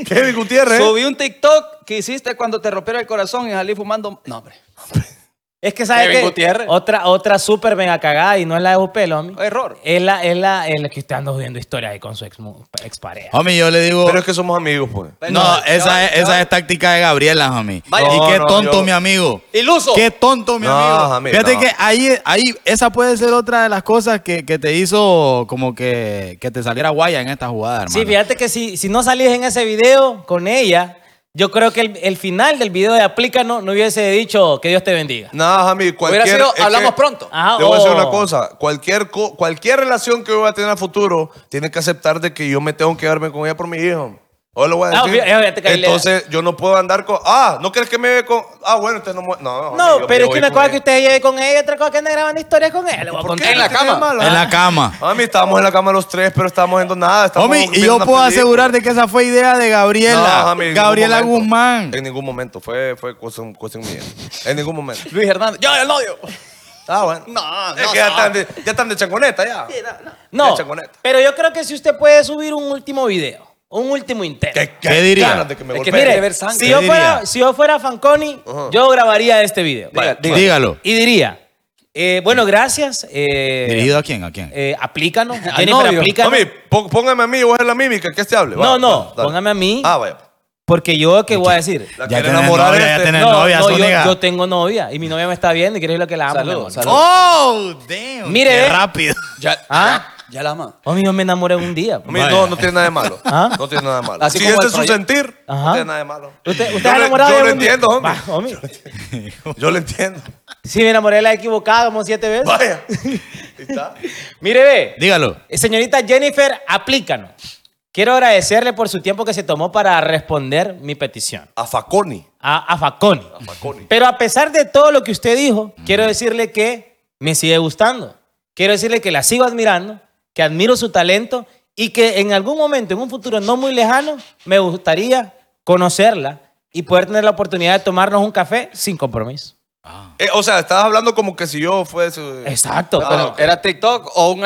[SPEAKER 5] Kevin Gutiérrez.
[SPEAKER 2] Subí un TikTok que hiciste cuando te rompieron el corazón y salí fumando. No, hombre.
[SPEAKER 3] Es que sabe
[SPEAKER 2] Kevin
[SPEAKER 3] que
[SPEAKER 2] Gutiérrez.
[SPEAKER 3] otra otra super mega cagada y no es la de Upelo, homie.
[SPEAKER 2] Error.
[SPEAKER 3] Es la es la es la que usted anda viendo historias ahí con su ex expareja.
[SPEAKER 5] Ah,
[SPEAKER 1] Homie, yo le digo.
[SPEAKER 5] Pero es que somos amigos, pues.
[SPEAKER 1] no,
[SPEAKER 2] Bueno,
[SPEAKER 1] esa,
[SPEAKER 2] ya-
[SPEAKER 1] es, esa
[SPEAKER 2] ya-
[SPEAKER 1] es táctica de Gabriela, homie.
[SPEAKER 2] Vaya.
[SPEAKER 1] y
[SPEAKER 5] No,
[SPEAKER 1] qué
[SPEAKER 5] no,
[SPEAKER 1] tonto,
[SPEAKER 5] yo-
[SPEAKER 1] mi amigo.
[SPEAKER 2] Iluso.
[SPEAKER 1] Qué tonto, mi
[SPEAKER 5] No,
[SPEAKER 1] amigo.
[SPEAKER 5] homie,
[SPEAKER 1] Fíjate
[SPEAKER 5] no.
[SPEAKER 1] que ahí, ahí, esa puede ser otra de las cosas que, que te hizo como que, que te saliera guaya en esta jugada, hermano.
[SPEAKER 3] Sí, fíjate que si, si no salís en ese video con ella, yo creo que el, el final del video de Aplícano no hubiese dicho que Dios te bendiga.
[SPEAKER 5] Nada, Jami, cualquier.
[SPEAKER 2] sido,
[SPEAKER 5] es que-
[SPEAKER 2] hablamos pronto.
[SPEAKER 3] Ajá,
[SPEAKER 5] Le voy a decir
[SPEAKER 3] o-
[SPEAKER 5] una cosa. Cualquier, co- cualquier relación que yo voy a tener a futuro, tiene que aceptar de que yo me tengo que quedarme con ella por mi hijo. Ahora lo voy a
[SPEAKER 3] Ah,
[SPEAKER 5] decir.
[SPEAKER 3] fíjate, fíjate que ahí le-
[SPEAKER 5] Entonces, yo no puedo andar con. Ah, ¿no crees que me ve con.? Ah, bueno, usted no. mu- No,
[SPEAKER 3] No,
[SPEAKER 5] homie,
[SPEAKER 3] pero
[SPEAKER 5] yo me
[SPEAKER 3] es que
[SPEAKER 5] voy
[SPEAKER 3] una
[SPEAKER 5] con
[SPEAKER 3] cosa
[SPEAKER 5] ella.
[SPEAKER 3] que usted lleve con ella, otra cosa que anda grabando historias con ella. Le voy a
[SPEAKER 5] ¿Por qué?
[SPEAKER 3] contar.
[SPEAKER 2] En la
[SPEAKER 5] ¿Qué tiene
[SPEAKER 2] cama.
[SPEAKER 5] de malo?
[SPEAKER 1] En la cama.
[SPEAKER 5] Mami, estábamos en la cama los tres, pero estábamos en nada. estábamos
[SPEAKER 1] Homie, y
[SPEAKER 5] viendo
[SPEAKER 1] yo
[SPEAKER 5] una
[SPEAKER 1] puedo
[SPEAKER 5] película.
[SPEAKER 1] asegurarte que esa fue idea de Gabriela.
[SPEAKER 5] No, Jami, en ningún
[SPEAKER 1] Gabriela
[SPEAKER 5] momento.
[SPEAKER 1] Guzmán.
[SPEAKER 5] En ningún momento. Fue, fue cuestión, cuestión mía. En ningún momento.
[SPEAKER 2] Luis Hernández. Yo el novio.
[SPEAKER 5] Ah, bueno.
[SPEAKER 2] No,
[SPEAKER 5] Es
[SPEAKER 2] no,
[SPEAKER 5] que ya
[SPEAKER 2] no.
[SPEAKER 5] están de, ya están de chanconeta, ya.
[SPEAKER 3] No,
[SPEAKER 5] De chanconeta.
[SPEAKER 3] pero yo creo que si usted puede subir un último video un último intento.
[SPEAKER 5] ¿Qué,
[SPEAKER 1] ¿Qué diría?
[SPEAKER 5] ganas de que me
[SPEAKER 2] Es que
[SPEAKER 5] golpeen.
[SPEAKER 2] mire,
[SPEAKER 3] Mire,
[SPEAKER 2] ver sangre.
[SPEAKER 3] si
[SPEAKER 2] ¿Qué
[SPEAKER 3] yo,
[SPEAKER 1] diría?
[SPEAKER 3] fuera, si yo fuera Fanconi,
[SPEAKER 5] Ajá.
[SPEAKER 3] yo grabaría este video.
[SPEAKER 2] Vale. Diga- diga.
[SPEAKER 1] Dígalo.
[SPEAKER 3] Y diría, eh, bueno, gracias. eh,
[SPEAKER 1] ¿Dirigido a quién? ¿A quién?
[SPEAKER 3] eh, aplícanos.
[SPEAKER 2] Al
[SPEAKER 3] Jennifer,
[SPEAKER 2] novio.
[SPEAKER 3] aplícanos.
[SPEAKER 5] Mami, pó- póngame a mí, voy a hacer la mímica, que este hable. va,
[SPEAKER 3] No, no,
[SPEAKER 5] va, dale.
[SPEAKER 3] póngame a mí.
[SPEAKER 5] Ah, vaya.
[SPEAKER 3] Porque yo, ¿qué voy a decir?
[SPEAKER 5] La
[SPEAKER 1] Ya
[SPEAKER 5] quiere
[SPEAKER 1] tenés
[SPEAKER 5] enamorar
[SPEAKER 1] novia, ya
[SPEAKER 5] este.
[SPEAKER 1] tenés
[SPEAKER 3] No,
[SPEAKER 1] novia,
[SPEAKER 3] no, yo,
[SPEAKER 1] Zúñiga.
[SPEAKER 3] yo tengo novia y mi novia me está viendo y quiero lo que la amo.
[SPEAKER 2] Salud,
[SPEAKER 3] mi amor.
[SPEAKER 2] salud.
[SPEAKER 1] ¡Oh, damn!
[SPEAKER 3] Mire, eh,
[SPEAKER 1] ¡Qué
[SPEAKER 3] ve.
[SPEAKER 1] rápido!
[SPEAKER 2] Ya,
[SPEAKER 3] ¿Ah?
[SPEAKER 2] ya la ama.
[SPEAKER 3] Homie, yo me enamoré un día.
[SPEAKER 5] Mami,
[SPEAKER 1] Vaya.
[SPEAKER 5] no, no tiene nada de malo.
[SPEAKER 3] ¿Ah?
[SPEAKER 5] No tiene nada de malo.
[SPEAKER 2] Así
[SPEAKER 5] si
[SPEAKER 2] como
[SPEAKER 5] este
[SPEAKER 2] el
[SPEAKER 5] es su
[SPEAKER 2] proyecto.
[SPEAKER 5] sentir,
[SPEAKER 3] Ajá.
[SPEAKER 5] no tiene nada de malo.
[SPEAKER 3] ¿Usted,
[SPEAKER 5] Yo
[SPEAKER 3] usted ha
[SPEAKER 5] le-
[SPEAKER 3] enamorado
[SPEAKER 5] Yo
[SPEAKER 3] de
[SPEAKER 5] lo
[SPEAKER 3] un día?
[SPEAKER 5] entiendo, homie.
[SPEAKER 3] Va, homie.
[SPEAKER 5] Yo lo entiendo.
[SPEAKER 3] Sí, me enamoré de la equivocada como siete veces.
[SPEAKER 5] Vaya. Ahí está.
[SPEAKER 3] Mire, ve.
[SPEAKER 1] Dígalo.
[SPEAKER 3] Eh, Señorita Jennifer, aplícanos. Quiero agradecerle por su tiempo que se tomó para responder mi petición
[SPEAKER 5] A Faconi.
[SPEAKER 3] a, a Faconi.
[SPEAKER 5] A Faconi.
[SPEAKER 3] Pero a pesar de todo lo que usted dijo, quiero decirle que me sigue gustando. Quiero decirle que la sigo admirando, que admiro su talento y que en algún momento, en un futuro no muy lejano, me gustaría conocerla y poder tener la oportunidad de tomarnos un café sin compromiso.
[SPEAKER 5] Eh, o sea, estabas hablando como que si yo fuese.
[SPEAKER 3] Exacto.
[SPEAKER 5] Ah,
[SPEAKER 2] Pero,
[SPEAKER 5] ok.
[SPEAKER 2] ¿Era TikTok o un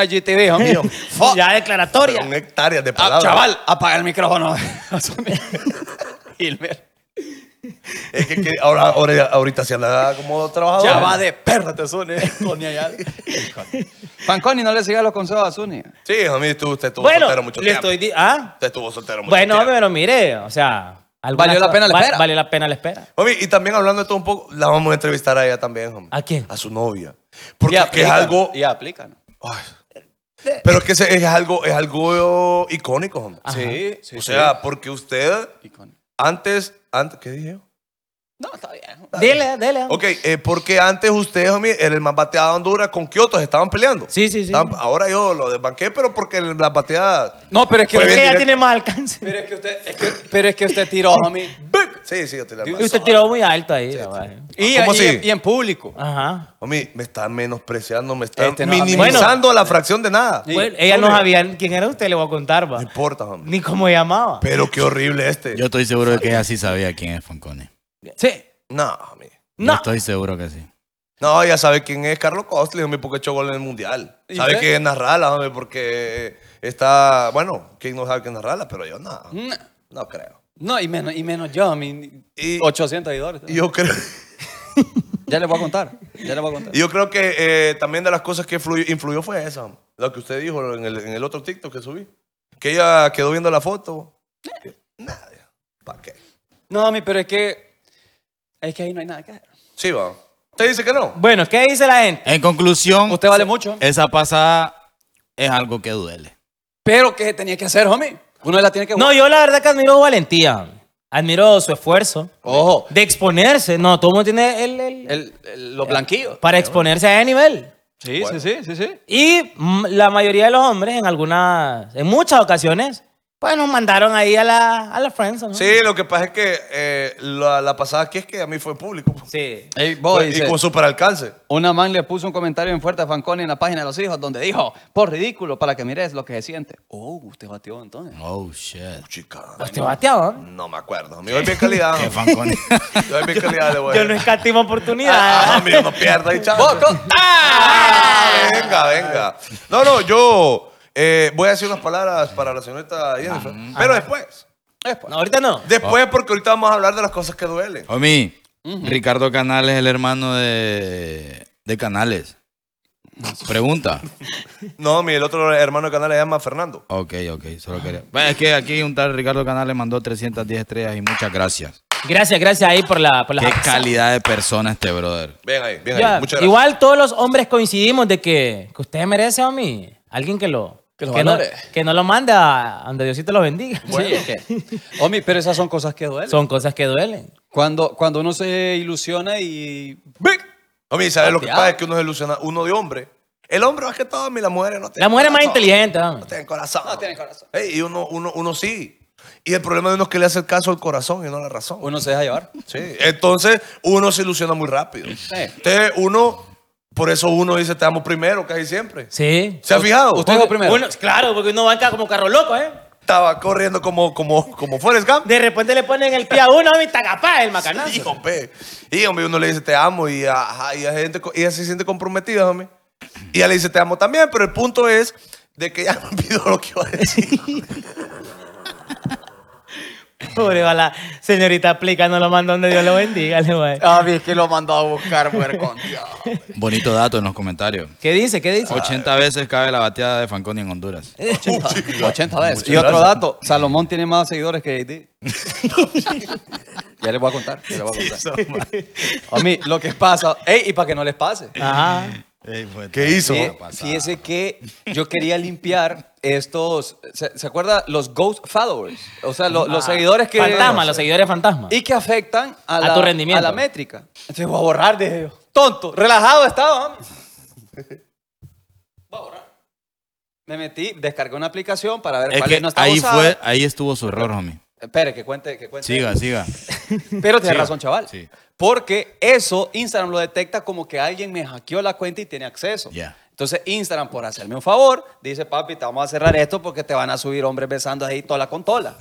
[SPEAKER 2] IGTV, amigo? Fuck.
[SPEAKER 3] Ya declaratoria.
[SPEAKER 5] eh, Un hectáreas de
[SPEAKER 2] Ah,
[SPEAKER 5] palabras.
[SPEAKER 2] chaval, apaga el micrófono. Hilmer.
[SPEAKER 5] Es que, que ahora, ahora- ahorita se anda como trabajador.
[SPEAKER 2] Ya va de perra, te Zuni. Tony Ayala. Fanconi, no le siga los consejos a Zuni.
[SPEAKER 5] Sí, a mí tú, usted estuvo
[SPEAKER 3] Bueno,
[SPEAKER 5] soltero mucho
[SPEAKER 3] le
[SPEAKER 5] tiempo.
[SPEAKER 3] estoy... di- ¿Ah?
[SPEAKER 5] Usted estuvo soltero mucho
[SPEAKER 3] Bueno,
[SPEAKER 5] tiempo.
[SPEAKER 3] pero mire, o sea. algunas
[SPEAKER 2] Valió la
[SPEAKER 3] cosas-
[SPEAKER 2] pena la
[SPEAKER 3] va-
[SPEAKER 2] espera.
[SPEAKER 3] Valió la pena la espera.
[SPEAKER 5] Homie, y también hablando de todo un poco, la vamos a entrevistar a ella también, homie.
[SPEAKER 3] ¿A quién?
[SPEAKER 5] A su novia. Porque
[SPEAKER 2] Y
[SPEAKER 5] es que es
[SPEAKER 2] aplica,
[SPEAKER 5] algo.
[SPEAKER 2] Y aplican.
[SPEAKER 5] Ay. pero es que se- es algo, es algo icónico, homie.
[SPEAKER 2] Sí, sí.
[SPEAKER 5] o
[SPEAKER 2] sí.
[SPEAKER 5] sea, porque usted
[SPEAKER 2] Y con-
[SPEAKER 5] antes. antes ¿Qué dije yo?
[SPEAKER 2] No, está bien.
[SPEAKER 3] Dele, dele.
[SPEAKER 5] Ok, eh, porque antes usted, homie, era el más bateado de Honduras con Kioto, se estaban peleando.
[SPEAKER 3] Sí, sí, sí.
[SPEAKER 5] Estaban- ahora yo lo desbanqué, pero porque las bateadas.
[SPEAKER 2] No, pero es que
[SPEAKER 5] Fue
[SPEAKER 3] Porque
[SPEAKER 2] usted,
[SPEAKER 3] ella
[SPEAKER 5] bien directo.
[SPEAKER 3] tiene más alcance.
[SPEAKER 2] pero es que usted, es que- pero es que usted tiró a mí.
[SPEAKER 5] Sí, sí, yo te la
[SPEAKER 3] Y usted tiró muy alto ahí. la verdad.
[SPEAKER 2] Y,
[SPEAKER 5] ¿Cómo
[SPEAKER 2] y-
[SPEAKER 5] así?
[SPEAKER 2] y en público.
[SPEAKER 3] Ajá.
[SPEAKER 5] Homie, me están menospreciando, me están
[SPEAKER 2] Este no, amigo.
[SPEAKER 5] minimizando la fracción de nada.
[SPEAKER 2] Sí.
[SPEAKER 3] Bueno, ella no
[SPEAKER 2] Hombre.
[SPEAKER 3] sabía quién era usted, le voy a contar,
[SPEAKER 5] No
[SPEAKER 3] va.
[SPEAKER 5] importa, homie.
[SPEAKER 3] Ni cómo llamaba.
[SPEAKER 5] Pero qué horrible este.
[SPEAKER 1] Yo estoy seguro de que ella sí sabía quién es Fanconi.
[SPEAKER 3] Sí.
[SPEAKER 5] No, homie.
[SPEAKER 1] No.
[SPEAKER 3] No.
[SPEAKER 1] estoy seguro que sí.
[SPEAKER 5] No, ya sabe quién es Carlos Costly, homie, porque echó gol en el Mundial.
[SPEAKER 2] ¿Y
[SPEAKER 5] Sabe
[SPEAKER 2] usted?
[SPEAKER 5] quién es Narrala, homie, porque está... Bueno, quién no sabe quién es Narrala, pero yo no.
[SPEAKER 2] No,
[SPEAKER 5] No creo.
[SPEAKER 2] No, y menos, y menos yo, a mí.
[SPEAKER 5] Y-
[SPEAKER 2] 800 seguidores.
[SPEAKER 5] Y Yo creo...
[SPEAKER 2] Ya les voy a contar. Ya les voy a contar.
[SPEAKER 5] Y Yo creo que eh, también de las cosas que influyó, influyó fue esa, lo que usted dijo en el, en el otro TikTok que subí. Que ella quedó viendo la foto.
[SPEAKER 3] Eh.
[SPEAKER 5] Nada. ¿Para qué?
[SPEAKER 2] No, mami, pero es que. Es que ahí no hay nada que hacer.
[SPEAKER 5] Sí, va. ¿Usted dice que no?
[SPEAKER 3] Bueno, ¿qué dice la gente?
[SPEAKER 1] En conclusión,
[SPEAKER 2] Usted vale mucho.
[SPEAKER 1] esa pasada es algo que duele.
[SPEAKER 2] Pero ¿qué tenía que hacer, homie? Uno la tiene que.
[SPEAKER 3] No, yo la verdad que admiro su valentía. Admiro su esfuerzo.
[SPEAKER 2] Ojo,
[SPEAKER 3] De exponerse. No, todo el mundo tiene el. el-
[SPEAKER 2] el- el- los blanquillos.
[SPEAKER 3] para exponerse a ese nivel.
[SPEAKER 2] Sí,
[SPEAKER 5] Bueno.
[SPEAKER 2] sí, sí, sí, sí.
[SPEAKER 3] Y mm, la mayoría de los hombres, en algunas, en muchas ocasiones, pues nos mandaron ahí a la, a la friendzone, ¿no?
[SPEAKER 5] Sí, lo que pasa es que eh, la, la pasada que es que a mí fue en público. pues.
[SPEAKER 3] Sí.
[SPEAKER 2] Ey, vos, Oh,
[SPEAKER 5] y
[SPEAKER 2] dice,
[SPEAKER 5] con super alcance.
[SPEAKER 2] una man le puso un comentario en fuerte a Fanconi en la página de los hijos donde dijo, por ridículo, para que mires lo que se siente. Oh, usted bateó entonces.
[SPEAKER 1] Oh, shit.
[SPEAKER 5] Chica.
[SPEAKER 3] Te bateaban.
[SPEAKER 5] No me acuerdo. Amigo, es bien calidad.
[SPEAKER 1] Que Fanconi.
[SPEAKER 5] Yo es bien calidad de güey.
[SPEAKER 3] Yo no escatimo oportunidad.
[SPEAKER 5] Ah, amigo, no pierda ahí, chaval.
[SPEAKER 2] Vos con-
[SPEAKER 5] Ah, venga, venga. No, no, yo eh, voy a decir unas palabras para la señorita Jennifer.
[SPEAKER 3] Ah.
[SPEAKER 5] pero después.
[SPEAKER 2] ah,
[SPEAKER 3] No, ahorita no.
[SPEAKER 5] Después, porque ahorita vamos a hablar de las cosas que duelen.
[SPEAKER 1] Homie, Ricardo Canales, el hermano de, de Canales. Pregunta.
[SPEAKER 5] No, mi el otro hermano de canal se llama Fernando.
[SPEAKER 1] Ok, ok, solo quería. Bueno, es que aquí un tal Ricardo Canales mandó 310 estrellas y muchas gracias.
[SPEAKER 3] Gracias, gracias ahí por la... Por la
[SPEAKER 1] Qué calidad de persona este brother.
[SPEAKER 5] Ven ahí, bien
[SPEAKER 3] Ya,
[SPEAKER 5] ahí. Muchas gracias.
[SPEAKER 3] igual todos los hombres coincidimos de que, que usted merece a mí. Alguien que lo...
[SPEAKER 2] Que lo
[SPEAKER 3] no,
[SPEAKER 2] valore.
[SPEAKER 3] que no lo mande a a donde Diosito lo bendiga.
[SPEAKER 2] Sí, es que- Homie, pero esas son cosas que duelen.
[SPEAKER 3] Son cosas que duelen.
[SPEAKER 2] Cuando, cuando uno se ilusiona y...
[SPEAKER 5] Homie, ¿sabes lo que
[SPEAKER 2] Bateado.
[SPEAKER 3] ah.
[SPEAKER 5] pasa? Es que uno es ilusiona, uno de hombre. El hombre más que todo, mi, la mujer no tiene
[SPEAKER 3] La mujer es más
[SPEAKER 5] corazón.
[SPEAKER 3] inteligente. hombre.
[SPEAKER 5] No tienen corazón.
[SPEAKER 2] No tienen corazón.
[SPEAKER 5] Ey, y uno, uno, uno sí. Y el problema de uno es que le hace el caso al corazón y no a la razón.
[SPEAKER 2] Uno se deja llevar.
[SPEAKER 5] Sí. Entonces, uno se ilusiona muy rápido. Entonces, uno, por eso uno dice te amo primero casi siempre.
[SPEAKER 3] Sí.
[SPEAKER 5] ¿Se ha fijado?
[SPEAKER 2] Usted dijo primero.
[SPEAKER 3] Uno- claro, porque uno va acá como carro loco, ¿eh?
[SPEAKER 5] Estaba corriendo como, como, como Forrest Gump.
[SPEAKER 3] De repente le ponen el pie a uno, y tagapá, el macanazo.
[SPEAKER 5] Hijo, pe. Y hombre, uno le dice te amo y, ajá, y la gente co- ella se siente comprometida, hombre. Y ella le dice te amo también, pero el punto es de que ya me olvidó lo que iba a decir.
[SPEAKER 3] Pobre bala. Señorita aplica, no lo manda donde Dios lo bendiga. le voy a decir.
[SPEAKER 2] A mí es que lo mandó a buscar, con Dios.
[SPEAKER 1] Bonito dato en los comentarios.
[SPEAKER 3] ¿Qué dice? ¿Qué dice? Eh,
[SPEAKER 1] 80 veces cabe la bateada de Fanconi en Honduras.
[SPEAKER 2] 80, 80 veces. Y otro dato, Salomón tiene más seguidores que AD. ya les voy a contar, ya les voy a contar. A mí, lo que pasa, ey, y para que no les pase.
[SPEAKER 3] Ajá.
[SPEAKER 5] ¿Qué hizo?
[SPEAKER 2] Fíe- Fíjese que yo quería limpiar estos, ¿se, se acuerda? Los ghost followers, o sea, lo- los seguidores que...
[SPEAKER 3] Fantasma, Ah, los seguidores fantasma.
[SPEAKER 2] Y que afectan a,
[SPEAKER 3] A
[SPEAKER 2] la,
[SPEAKER 3] tu rendimiento.
[SPEAKER 2] a la métrica. Entonces voy a borrar, de ellos. Tonto, relajado estaba. hombre. Voy a borrar. Me metí, descargué una aplicación para ver
[SPEAKER 1] Es
[SPEAKER 2] cuál
[SPEAKER 1] que
[SPEAKER 2] no estaba
[SPEAKER 1] ahí
[SPEAKER 2] usada.
[SPEAKER 1] fue, ahí estuvo su error, homie.
[SPEAKER 2] Espere, que cuente, que cuente.
[SPEAKER 1] Siga, siga.
[SPEAKER 2] Pero tienes
[SPEAKER 1] Sí.
[SPEAKER 2] razón, chaval.
[SPEAKER 1] Sí.
[SPEAKER 2] Porque eso Instagram lo detecta como que alguien me hackeó la cuenta y tiene acceso.
[SPEAKER 1] Ya.
[SPEAKER 2] Entonces Instagram, por hacerme un favor, dice, papi, te vamos a cerrar esto porque te van a subir hombres besando ahí tola con tola.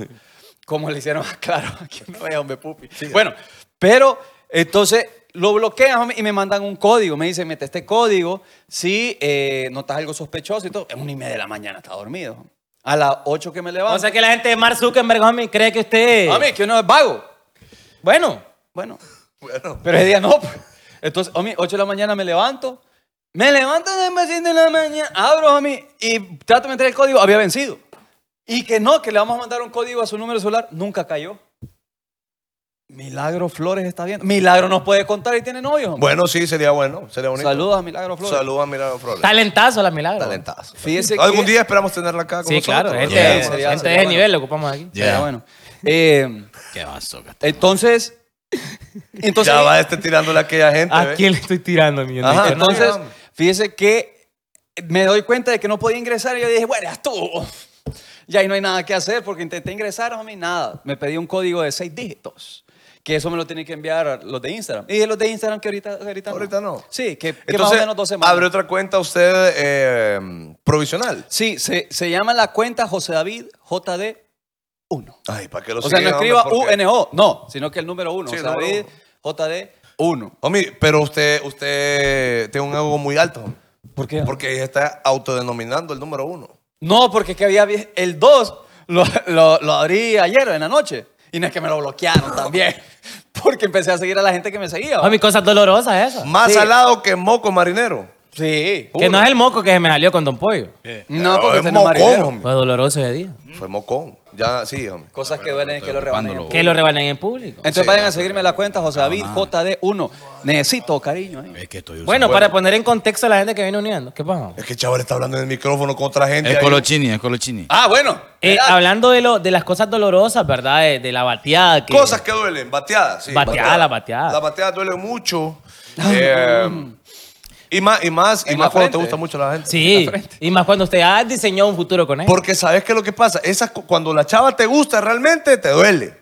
[SPEAKER 2] como le hicieron a Claro, aquí no vea, hombre, pupi. Bueno, pero entonces lo bloquean homie, y me mandan un código. Me dicen, mete este código si eh, notas algo sospechoso y todo. Es una y media de la mañana, está dormido. homie. A las 8 que me levanto.
[SPEAKER 3] O sea que la gente de Mark Zuckerberg, homie, cree que usted.
[SPEAKER 2] Homie, que uno es vago.
[SPEAKER 3] Bueno.
[SPEAKER 2] Bueno. Pero ese día no. pues. Entonces, homie, 8 de la mañana me levanto. Me levanto a las 7 de la mañana, abro, homie, y trato de meter el código. Había vencido. Y que no, que le vamos a mandar un código a su número celular. Nunca cayó. Milagro Flores está viendo. Milagro nos puede contar y tiene novio. homie.
[SPEAKER 5] Bueno, sí, sería bueno. Sería bonito.
[SPEAKER 2] Saludos a Milagro Flores.
[SPEAKER 5] Saludos a Milagro Flores.
[SPEAKER 3] Talentazo la milagro.
[SPEAKER 5] Talentazo.
[SPEAKER 2] Fíjese
[SPEAKER 5] Algún
[SPEAKER 2] que-
[SPEAKER 5] día esperamos tenerla acá con
[SPEAKER 3] Sí,
[SPEAKER 5] nosotros.
[SPEAKER 3] claro. Gente,
[SPEAKER 1] Yeah.
[SPEAKER 3] gente
[SPEAKER 2] Sería-
[SPEAKER 3] de
[SPEAKER 2] sería
[SPEAKER 3] ese
[SPEAKER 2] bueno.
[SPEAKER 3] nivel lo ocupamos aquí.
[SPEAKER 2] Pero
[SPEAKER 1] Ya.
[SPEAKER 2] bueno. Eh,
[SPEAKER 1] Qué vaso, gato.
[SPEAKER 2] entonces. Entonces.
[SPEAKER 5] ya va este tirándole a aquella gente.
[SPEAKER 3] ¿A
[SPEAKER 5] ¿ve?
[SPEAKER 3] quién le estoy tirando, mi
[SPEAKER 5] Ajá,
[SPEAKER 3] gente?
[SPEAKER 2] Entonces,
[SPEAKER 5] no, no.
[SPEAKER 2] fíjese que me doy cuenta de que no podía ingresar y yo dije, bueno, ya estuvo. Ya ahí no hay nada que hacer porque intenté ingresar, a mí nada. Me pedí un código de seis dígitos. Que eso me lo tienen que enviar los de Instagram. Y dije, los de Instagram que ahorita, ahorita,
[SPEAKER 5] Ahorita no.
[SPEAKER 2] Sí, que, que más o
[SPEAKER 5] Entonces,
[SPEAKER 2] menos dos semanas.
[SPEAKER 5] abre otra cuenta usted eh, provisional.
[SPEAKER 2] Sí, se, se llama la cuenta José David JD1.
[SPEAKER 5] Ay, ¿para qué lo
[SPEAKER 2] O sea, no
[SPEAKER 5] sigue,
[SPEAKER 2] escriba
[SPEAKER 5] hombre? Porque-
[SPEAKER 2] UNO, no, sino que el número uno.
[SPEAKER 5] Sí, el
[SPEAKER 2] José David
[SPEAKER 5] número
[SPEAKER 2] JD1.
[SPEAKER 5] Homie, pero usted, usted tiene un ego muy alto. homie,
[SPEAKER 2] ¿Por qué?
[SPEAKER 5] Porque está autodenominando el número uno.
[SPEAKER 2] No, porque es que había vi- el 2 lo, lo- lo abrí ayer en la noche. Y no es que me lo bloquearon también. Porque empecé a seguir a la gente que me seguía. ¿va?
[SPEAKER 3] Homie, cosas dolorosas esas.
[SPEAKER 5] Más
[SPEAKER 2] Ah, Sí.
[SPEAKER 5] salado que moco marinero.
[SPEAKER 2] Sí.
[SPEAKER 3] Que no es el moco que se me salió con Don Pollo.
[SPEAKER 2] No,
[SPEAKER 5] Pero
[SPEAKER 2] porque
[SPEAKER 5] Ah, es
[SPEAKER 2] ese no es
[SPEAKER 5] mocón,
[SPEAKER 2] marinero.
[SPEAKER 5] homie.
[SPEAKER 3] Fue doloroso ese día.
[SPEAKER 5] Fue mocón. Ya, sí, homie.
[SPEAKER 2] Cosas que duelen y que lo rebanen.
[SPEAKER 1] ocupándolo.
[SPEAKER 3] Que lo rebanen en público.
[SPEAKER 2] Entonces vayan a seguirme la cuenta José
[SPEAKER 5] Ah,
[SPEAKER 2] David JD1. Necesito cariño. ¿eh?
[SPEAKER 1] Es que estoy
[SPEAKER 3] Bueno, para poner en contexto a la gente que viene uniendo. ¿Qué pasa?
[SPEAKER 5] Es que chaval está hablando en el micrófono con otra gente.
[SPEAKER 1] Es
[SPEAKER 5] ahí.
[SPEAKER 1] Colochini, es Colochini.
[SPEAKER 2] Ah, bueno.
[SPEAKER 3] Eh,
[SPEAKER 2] Ah,
[SPEAKER 3] hablando de, lo, de las cosas dolorosas, ¿verdad? De, de la bateada. Que,
[SPEAKER 5] Cosas que duelen, bateadas. Sí,
[SPEAKER 3] Bateada, la bateada.
[SPEAKER 5] La bateada duele mucho. Eh, y más, y más, y
[SPEAKER 2] Ah, mm. En
[SPEAKER 5] más
[SPEAKER 2] la
[SPEAKER 5] cuando
[SPEAKER 2] frente.
[SPEAKER 5] te gusta mucho la gente.
[SPEAKER 3] Sí. Y más cuando usted ha diseñado un futuro con él.
[SPEAKER 5] Porque sabes que lo que pasa, esas, cu- cuando la chava te gusta realmente, te duele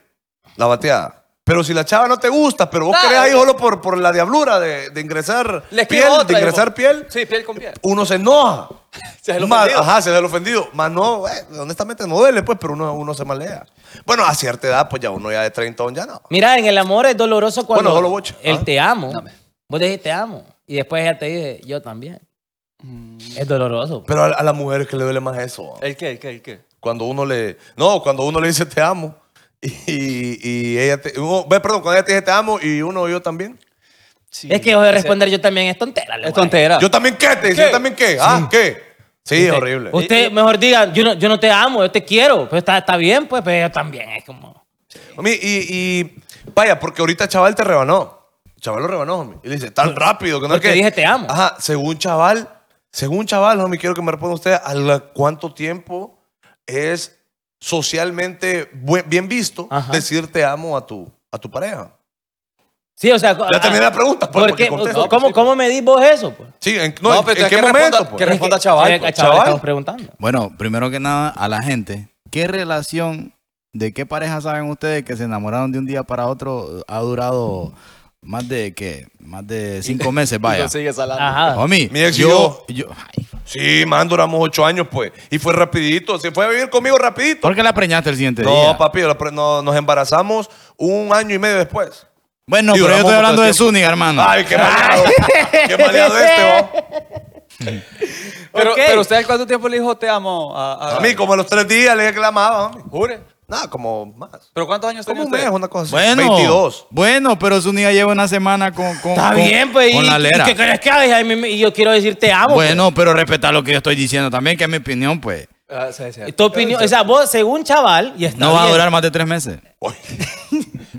[SPEAKER 5] la bateada. Pero si la chava no te gusta, pero vos
[SPEAKER 2] Claro.
[SPEAKER 5] querés ahí solo por, por la diablura de, de ingresar
[SPEAKER 2] les
[SPEAKER 5] piel,
[SPEAKER 2] quiero otra,
[SPEAKER 5] de ingresar
[SPEAKER 2] hijo.
[SPEAKER 5] piel,
[SPEAKER 2] Sí, piel con piel.
[SPEAKER 5] uno se enoja.
[SPEAKER 2] Se lo
[SPEAKER 5] Más-
[SPEAKER 2] ofendido.
[SPEAKER 5] ajá, se da el ofendido. Más no, eh, honestamente no duele, pues, pero uno, uno se malea. Bueno, a cierta edad, pues ya uno ya de 30 ya no.
[SPEAKER 3] Mira, en el amor es doloroso cuando
[SPEAKER 5] Bueno, solo bocha.
[SPEAKER 3] el
[SPEAKER 5] Ah.
[SPEAKER 3] te amo.
[SPEAKER 2] Dame.
[SPEAKER 3] Vos decís te amo. Y después ella te dice yo también. Es doloroso.
[SPEAKER 5] Pero a, a las mujeres que le duele más eso.
[SPEAKER 2] ¿El qué? ¿El qué? ¿El qué?
[SPEAKER 5] Cuando uno le. No, cuando uno le dice te amo. Y, y ella te. uno- ve, perdón, cuando ella te dice te amo y uno yo también.
[SPEAKER 2] Sí.
[SPEAKER 3] es que voy a responder yo también es tontera. le
[SPEAKER 2] Es
[SPEAKER 3] voy a decir.
[SPEAKER 2] tontera.
[SPEAKER 5] Yo también qué, te dice
[SPEAKER 2] ¿Qué?
[SPEAKER 5] yo también qué. Ah, qué. Sí,
[SPEAKER 3] Usted-
[SPEAKER 5] horrible.
[SPEAKER 3] Usted mejor diga, yo no, yo no te amo, yo te quiero. Pero está, está bien, pues, pero yo también. Es como...
[SPEAKER 5] Homie, y, y vaya, porque ahorita Chaval te rebanó. Chaval lo rebanó, homie. Y le dice, tan rápido que no es
[SPEAKER 3] Porque
[SPEAKER 5] que.
[SPEAKER 3] dije, te amo.
[SPEAKER 5] Ajá, según Chaval, según Chaval, homie, quiero que me responda usted a la- cuánto tiempo es socialmente bu- bien visto
[SPEAKER 3] Ajá.
[SPEAKER 5] decir te amo a tu, a tu pareja.
[SPEAKER 3] Sí, o sea...
[SPEAKER 5] Ya terminé la pregunta, pues,
[SPEAKER 3] Ah. ¿por
[SPEAKER 5] porque
[SPEAKER 3] qué?
[SPEAKER 5] contesta.
[SPEAKER 3] ¿Cómo, ¿Cómo medís vos eso? Pues?
[SPEAKER 5] Sí, en, no,
[SPEAKER 2] No,
[SPEAKER 5] ¿en-
[SPEAKER 2] pero
[SPEAKER 5] ¿en
[SPEAKER 2] es
[SPEAKER 5] qué
[SPEAKER 2] que
[SPEAKER 5] momento?
[SPEAKER 2] responda-
[SPEAKER 5] pues?
[SPEAKER 2] que responda
[SPEAKER 3] Es que-
[SPEAKER 2] chaval,
[SPEAKER 3] es que
[SPEAKER 2] pues,
[SPEAKER 3] a chaval
[SPEAKER 5] chaval.
[SPEAKER 3] estamos preguntando.
[SPEAKER 1] Bueno, primero que nada, a la gente, ¿qué relación de qué pareja saben ustedes que se enamoraron de un día para otro ha durado más de qué? Más de cinco meses,
[SPEAKER 2] Y
[SPEAKER 1] vaya.
[SPEAKER 2] lo sigue salando.
[SPEAKER 5] Ah,
[SPEAKER 3] Ajá.
[SPEAKER 1] Homie,
[SPEAKER 5] Mi ex y
[SPEAKER 1] yo, yo- ay,
[SPEAKER 5] Sí, man, duramos ocho años, pues. Y fue rapidito, se fue a vivir conmigo rapidito.
[SPEAKER 1] ¿Por qué la preñaste el siguiente día?
[SPEAKER 5] No, papi, la pre- no, nos embarazamos un año y medio después.
[SPEAKER 1] Bueno,
[SPEAKER 5] Y
[SPEAKER 1] pero yo
[SPEAKER 5] duramos
[SPEAKER 1] estoy hablando
[SPEAKER 5] todo el
[SPEAKER 1] de Zúñiga, hermano.
[SPEAKER 5] Ay, qué maleado. qué maleado este, vos.
[SPEAKER 2] Pero,
[SPEAKER 3] Ok.
[SPEAKER 2] pero usted al cuánto tiempo le dijo te amo a, a-
[SPEAKER 5] A mí, como a los tres días le reclamaba.
[SPEAKER 2] Jure.
[SPEAKER 5] Nada, como más.
[SPEAKER 2] ¿Pero cuántos años
[SPEAKER 5] Como
[SPEAKER 2] tiene
[SPEAKER 5] un
[SPEAKER 2] usted?
[SPEAKER 5] mes, una cosa así.
[SPEAKER 1] Bueno,
[SPEAKER 5] 22.
[SPEAKER 1] bueno, pero Zúñiga lleva una semana con, con,
[SPEAKER 3] Está
[SPEAKER 1] con-
[SPEAKER 3] bien, pues.
[SPEAKER 1] con
[SPEAKER 3] y,
[SPEAKER 1] la
[SPEAKER 3] ¿Y
[SPEAKER 1] lera.
[SPEAKER 3] qué crees que hagas? Ay, mi- mi- Y yo quiero decir te
[SPEAKER 5] pues?
[SPEAKER 3] amo. pues.
[SPEAKER 1] Bueno, pero respeta lo que yo estoy diciendo también, que es mi opinión, pues.
[SPEAKER 2] Ah, sí, sí.
[SPEAKER 3] pues. Tu opinión, o sea, vos, según chaval, y está
[SPEAKER 1] No va a
[SPEAKER 3] bien,
[SPEAKER 1] durar más de tres meses.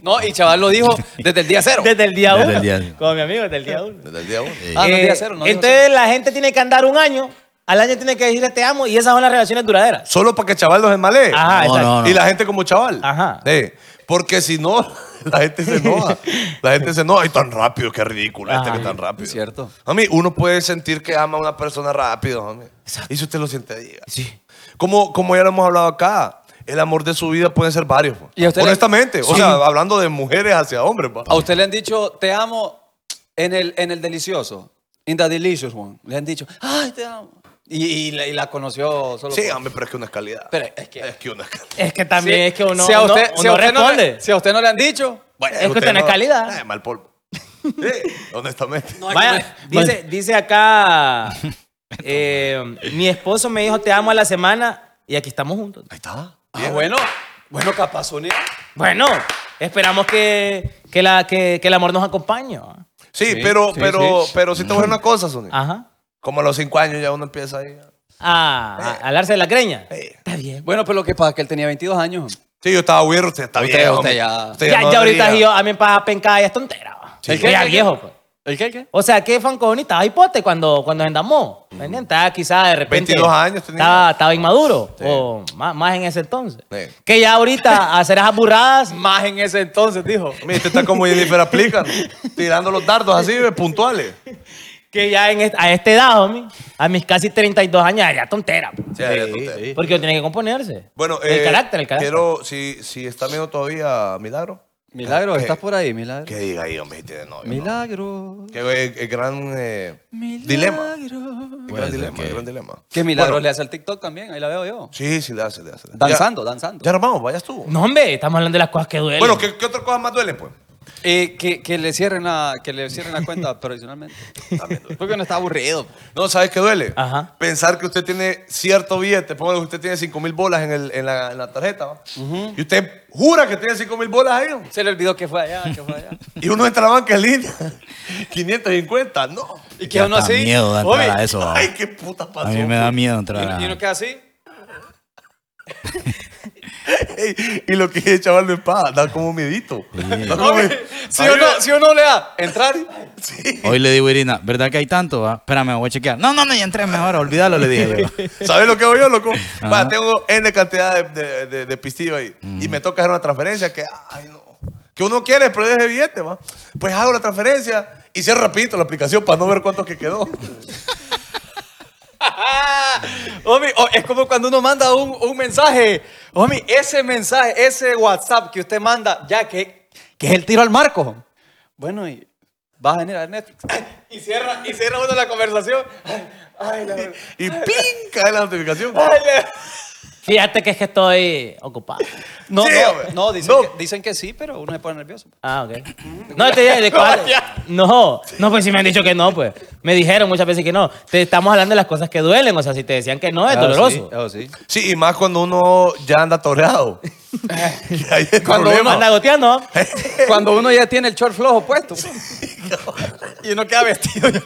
[SPEAKER 2] No, y chaval lo dijo desde el día cero.
[SPEAKER 3] Desde el día
[SPEAKER 1] Desde
[SPEAKER 3] uno.
[SPEAKER 1] el día uno.
[SPEAKER 3] Como mi amigo, desde el día uno.
[SPEAKER 5] Desde el día uno.
[SPEAKER 2] Ah, no,
[SPEAKER 3] Eh,
[SPEAKER 2] día cero, no, dijo
[SPEAKER 3] entonces la gente tiene que andar un año, al año tiene que decirle te amo y esas son las relaciones duraderas.
[SPEAKER 5] Solo para que chaval los enmalee.
[SPEAKER 3] Ajá,
[SPEAKER 1] No,
[SPEAKER 3] exacto.
[SPEAKER 1] no, no.
[SPEAKER 5] Ah, Y la gente como chaval.
[SPEAKER 3] Ajá.
[SPEAKER 5] Sí. Porque si no, la gente se enoja. La gente se enoja. Ay, tan rápido, qué ridículo. Este
[SPEAKER 3] Ajá.
[SPEAKER 5] que tan rápido.
[SPEAKER 2] Es cierto.
[SPEAKER 5] Homie, uno puede sentir que ama a una persona rápido, homie. Y si usted lo siente, diga. Sí. Como, como ya lo hemos hablado acá, el amor de su vida puede ser varios. po.
[SPEAKER 2] Y a usted le-
[SPEAKER 5] Honestamente. O
[SPEAKER 2] Sí.
[SPEAKER 5] sea, hablando de mujeres hacia hombres. pa.
[SPEAKER 2] A usted le han dicho, te amo en el, en el delicioso, in the delicious one. Le han dicho, ay, te amo. Y, y la, y la conoció solo.
[SPEAKER 5] Sí,
[SPEAKER 2] por-
[SPEAKER 5] hombre, pero es que una es calidad.
[SPEAKER 2] Pero es que-
[SPEAKER 5] Es que una es calidad.
[SPEAKER 3] Es que también
[SPEAKER 2] Sí,
[SPEAKER 3] es que uno,
[SPEAKER 2] si a
[SPEAKER 3] uno-
[SPEAKER 2] usted, si
[SPEAKER 3] uno
[SPEAKER 2] a usted no le-
[SPEAKER 3] responde.
[SPEAKER 2] si a usted no le han dicho,
[SPEAKER 5] Bueno,
[SPEAKER 3] Es que usted no es calidad.
[SPEAKER 5] Ah, mal polvo. Sí, honestamente.
[SPEAKER 2] no,
[SPEAKER 3] Vaya, dice, dice acá, eh, mi esposo me dijo te amo a la semana y aquí estamos juntos.
[SPEAKER 5] Ahí está.
[SPEAKER 2] Ah, bueno, bueno, capaz unir.
[SPEAKER 3] Bueno, esperamos que, que, la, que, que el amor nos acompañe. ¿va?
[SPEAKER 5] Sí,
[SPEAKER 2] Sí,
[SPEAKER 5] pero,
[SPEAKER 2] sí,
[SPEAKER 5] pero,
[SPEAKER 2] sí. Ah.
[SPEAKER 5] pero sí te voy a decir una cosa, Sony.
[SPEAKER 3] Ajá.
[SPEAKER 5] Como a los cinco años ya uno empieza ahí.
[SPEAKER 3] Ah, a- a alarse de la greña.
[SPEAKER 5] Eh.
[SPEAKER 3] Está bien.
[SPEAKER 2] Bueno, pero lo que pasa es que él tenía 22 años.
[SPEAKER 5] Sí, yo estaba güero, usted está
[SPEAKER 2] Usted-
[SPEAKER 5] viejo.
[SPEAKER 2] usted
[SPEAKER 5] hombre.
[SPEAKER 2] ya-
[SPEAKER 5] Usted
[SPEAKER 3] Ya,
[SPEAKER 5] no
[SPEAKER 3] ya ahorita
[SPEAKER 5] debería.
[SPEAKER 3] yo, a mí para penca ya es tontera. ¿va?
[SPEAKER 2] Sí. ¿El
[SPEAKER 3] Ya
[SPEAKER 2] qué?
[SPEAKER 3] viejo, pues.
[SPEAKER 2] ¿El qué, el qué?
[SPEAKER 3] O sea, que Fanconi estaba hipote cuando, cuando andamos. ¿Me entiendes? Estaba quizás de repente.
[SPEAKER 5] 22 Mm. años tenía.
[SPEAKER 3] Estaba, estaba inmaduro. O más, más en ese entonces.
[SPEAKER 5] Sí.
[SPEAKER 3] Que ya ahorita hacer esas burradas.
[SPEAKER 2] Más en ese entonces, dijo.
[SPEAKER 5] Mira, usted está como Jennifer Aplica, ¿no? tirando los dardos así, ve, puntuales.
[SPEAKER 3] Que ya en est- a esta edad, homie, a mis casi 32 años, ya tontera. po.
[SPEAKER 5] Sí, ya tontea.
[SPEAKER 3] Porque uno tiene que componerse.
[SPEAKER 5] Bueno,
[SPEAKER 3] el
[SPEAKER 5] eh,
[SPEAKER 3] carácter, el carácter.
[SPEAKER 5] Quiero, si, si está viendo todavía Milagro,
[SPEAKER 2] Milagro,
[SPEAKER 5] ¿Qué?
[SPEAKER 2] estás por ahí, Milagro.
[SPEAKER 5] que diga ahí, hombre, si tiene novio. ¿no?
[SPEAKER 2] Milagro.
[SPEAKER 5] Que eh, el gran eh, dilema. El gran dilema, el gran dilema.
[SPEAKER 2] Que Milagro
[SPEAKER 5] Bueno.
[SPEAKER 2] le hace el TikTok también, ahí la veo yo.
[SPEAKER 5] Sí, sí, le hace, le hace. le hace.
[SPEAKER 2] Danzando,
[SPEAKER 5] Ya,
[SPEAKER 2] danzando.
[SPEAKER 5] ya hermano, vayas tú.
[SPEAKER 3] No, hombre, estamos hablando de las cosas que duelen.
[SPEAKER 5] Bueno, ¿qué, ¿qué otra cosa más duele, pues?
[SPEAKER 2] Eh, que, que le cierren la, que le cierren la cuenta provisionalmente. Porque uno está aburrido.
[SPEAKER 5] No, ¿sabes qué duele?
[SPEAKER 3] Ajá.
[SPEAKER 5] Pensar que usted tiene cierto billete, ponga que usted tiene 5 mil bolas en, el, en, la, en la tarjeta, ¿va? Y usted jura que tiene 5 mil bolas ahí, ¿no?
[SPEAKER 2] Se le olvidó que fue allá, que fue allá.
[SPEAKER 5] Y uno entra a la banca en línea, 550, no.
[SPEAKER 2] Y que
[SPEAKER 1] Ya
[SPEAKER 2] uno
[SPEAKER 1] da
[SPEAKER 2] así.
[SPEAKER 1] miedo de entrar
[SPEAKER 2] "Oye",
[SPEAKER 1] a eso. va.
[SPEAKER 5] Ay, qué puta pasó.
[SPEAKER 1] a mí me da miedo entrar
[SPEAKER 2] Y, y uno
[SPEAKER 1] a...
[SPEAKER 2] queda así.
[SPEAKER 5] Ey, y lo que el chaval me paga, da como miedito. Da como
[SPEAKER 2] Oye,
[SPEAKER 5] miedo.
[SPEAKER 2] si,
[SPEAKER 5] A mí
[SPEAKER 2] uno,
[SPEAKER 5] me-
[SPEAKER 2] si uno le da entrar.
[SPEAKER 1] Hoy le digo a Irina, ¿verdad que hay tanto? Va? Espérame, voy a chequear. No, no, no, ya entré mejor, olvídalo, le dije yo.
[SPEAKER 5] ¿Sabes lo que hago yo, loco? Va, tengo N cantidad de, de, de- de pistillo ahí. Y
[SPEAKER 1] Mm.
[SPEAKER 5] me toca hacer una transferencia que, ay, no. Que uno quiere, pero es de billete, va. Pues hago la transferencia y cierro rapidito la aplicación para no ver cuánto que quedó.
[SPEAKER 2] Homie, o- oh, es como cuando uno manda un, un mensaje. Homie, ese mensaje, ese WhatsApp que usted manda, ya que, que es el tiro al marco. Bueno, y vas a venir a ver Netflix. Y cierra, y cierra uno la conversación. Ay, la verdad.
[SPEAKER 5] Y ¡ping! cae la notificación.
[SPEAKER 2] Ay, la-
[SPEAKER 3] Fíjate que es que estoy ocupado.
[SPEAKER 2] No,
[SPEAKER 5] Sí,
[SPEAKER 2] no,
[SPEAKER 5] hombre.
[SPEAKER 2] no, dicen,
[SPEAKER 5] No.
[SPEAKER 2] Que, dicen que sí, pero uno se pone nervioso.
[SPEAKER 3] Ah, ok. No, te de cuál. No, no, pues si me han dicho que no, pues. Me dijeron muchas veces que no. Te estamos hablando de las cosas que duelen. O sea, si te decían que no, Ah,
[SPEAKER 2] Ah,
[SPEAKER 3] es doloroso.
[SPEAKER 2] oh,
[SPEAKER 5] Sí, y más cuando uno ya anda toreado. Que ahí es el
[SPEAKER 2] Cuando
[SPEAKER 5] problema.
[SPEAKER 3] Anda goteando.
[SPEAKER 2] Cuando uno ya tiene el short flojo puesto. y uno queda vestido.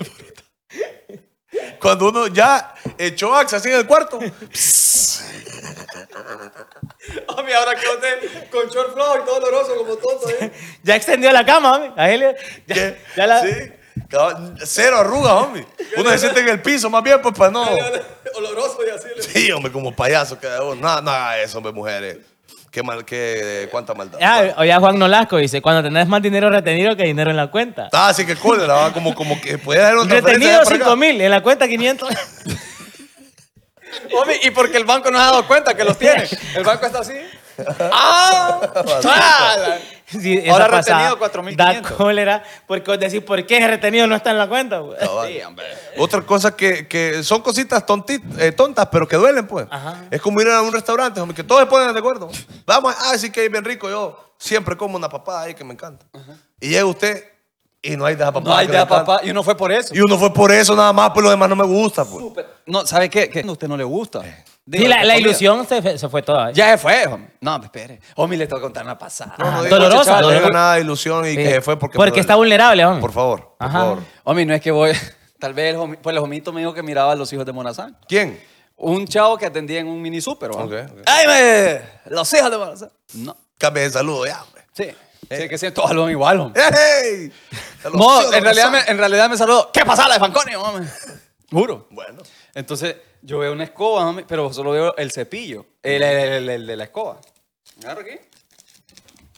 [SPEAKER 5] Cuando uno ya echó axe así en el cuarto.
[SPEAKER 2] Hombre, ahora que usted con short flojo y todo doloroso como tonto. ¿eh?
[SPEAKER 3] Ya extendió la cama, hombre. Ahí le- Ya,
[SPEAKER 5] que-
[SPEAKER 3] ya la.
[SPEAKER 5] Sí. cabal, Cero arrugas, hombre. Uno se siente en el piso más bien, pues para no.
[SPEAKER 2] Oloroso y así. le-
[SPEAKER 5] Sí, hombre, como payaso que uno. No, no haga eso, hombre, mujeres. Qué mal, qué. Cuánta maldad.
[SPEAKER 3] Ah, oye, Juan Nolasco dice: cuando tenés más dinero retenido que dinero en la cuenta.
[SPEAKER 5] Ah, sí, que cólera, ¿va? como, como que puede hacer una
[SPEAKER 3] Retenido
[SPEAKER 5] transferencia de
[SPEAKER 3] 5
[SPEAKER 5] por acá.
[SPEAKER 3] mil, en la cuenta 500.
[SPEAKER 2] Hombre, y porque el banco no se ha dado cuenta que los tiene. El banco está así. ¡Ah! ¡Chala!
[SPEAKER 3] Sí, esa
[SPEAKER 2] Ahora retenido
[SPEAKER 3] pasada
[SPEAKER 2] 4.500.
[SPEAKER 3] Da cólera, porque vos decís, ¿por qué ese retenido no está en la cuenta? güey?
[SPEAKER 5] Cabal.
[SPEAKER 2] Sí, hombre.
[SPEAKER 5] Otra cosa que, que son cositas tonti- eh, tontas, pero que duelen, pues.
[SPEAKER 3] Ajá.
[SPEAKER 5] Es como ir a un restaurante, hombre, que todos se ponen de acuerdo. Vamos, ah, sí que es bien rico. Yo siempre como una papada ahí que me encanta. Y llega usted y no hay de esa papada.
[SPEAKER 2] No hay
[SPEAKER 5] que
[SPEAKER 2] de
[SPEAKER 5] le
[SPEAKER 2] a
[SPEAKER 5] encanta.
[SPEAKER 2] papá. Y uno fue por eso.
[SPEAKER 5] Y uno fue por eso nada más, pues lo demás no me gusta, pues.
[SPEAKER 2] No, ¿sabe qué? Que a usted no le gusta. Digo,
[SPEAKER 3] Sí, la,
[SPEAKER 2] te
[SPEAKER 3] la
[SPEAKER 2] comida.
[SPEAKER 3] ilusión se fue, se fue toda. ¿eh?
[SPEAKER 2] Ya se fue, homie. No, me espere. Homie, le tengo que contar una pasada.
[SPEAKER 5] No, no digo,
[SPEAKER 3] dolorosa,
[SPEAKER 5] chaval, no
[SPEAKER 3] dolorosa.
[SPEAKER 5] digo nada de ilusión y que
[SPEAKER 3] Sí.
[SPEAKER 5] se fue porque...
[SPEAKER 3] está vulnerable, hombre.
[SPEAKER 5] Por favor, por
[SPEAKER 3] Ajá.
[SPEAKER 5] favor.
[SPEAKER 2] Homie, no es que voy... Tal vez el homie... Pues el homito me dijo que miraba a los hijos de Morazán.
[SPEAKER 5] ¿Quién?
[SPEAKER 2] Un chavo que atendía en un mini super, ¿va?
[SPEAKER 5] Ok, ok.
[SPEAKER 2] ¡Ay, me! Los hijos de Morazán. No.
[SPEAKER 5] Cambia de saludo, ya, hombre.
[SPEAKER 2] Sí. Sí, que sí, todos hablan igual, homie.
[SPEAKER 5] ¡Ey!
[SPEAKER 2] No, en realidad, me, en realidad me saludó. ¿Qué pasa la de Fanconi, homie? Juro.
[SPEAKER 5] Bueno.
[SPEAKER 2] Entonces, yo veo una escoba, homie, pero solo veo el cepillo. El, el- el- el de la escoba. Agarro aquí.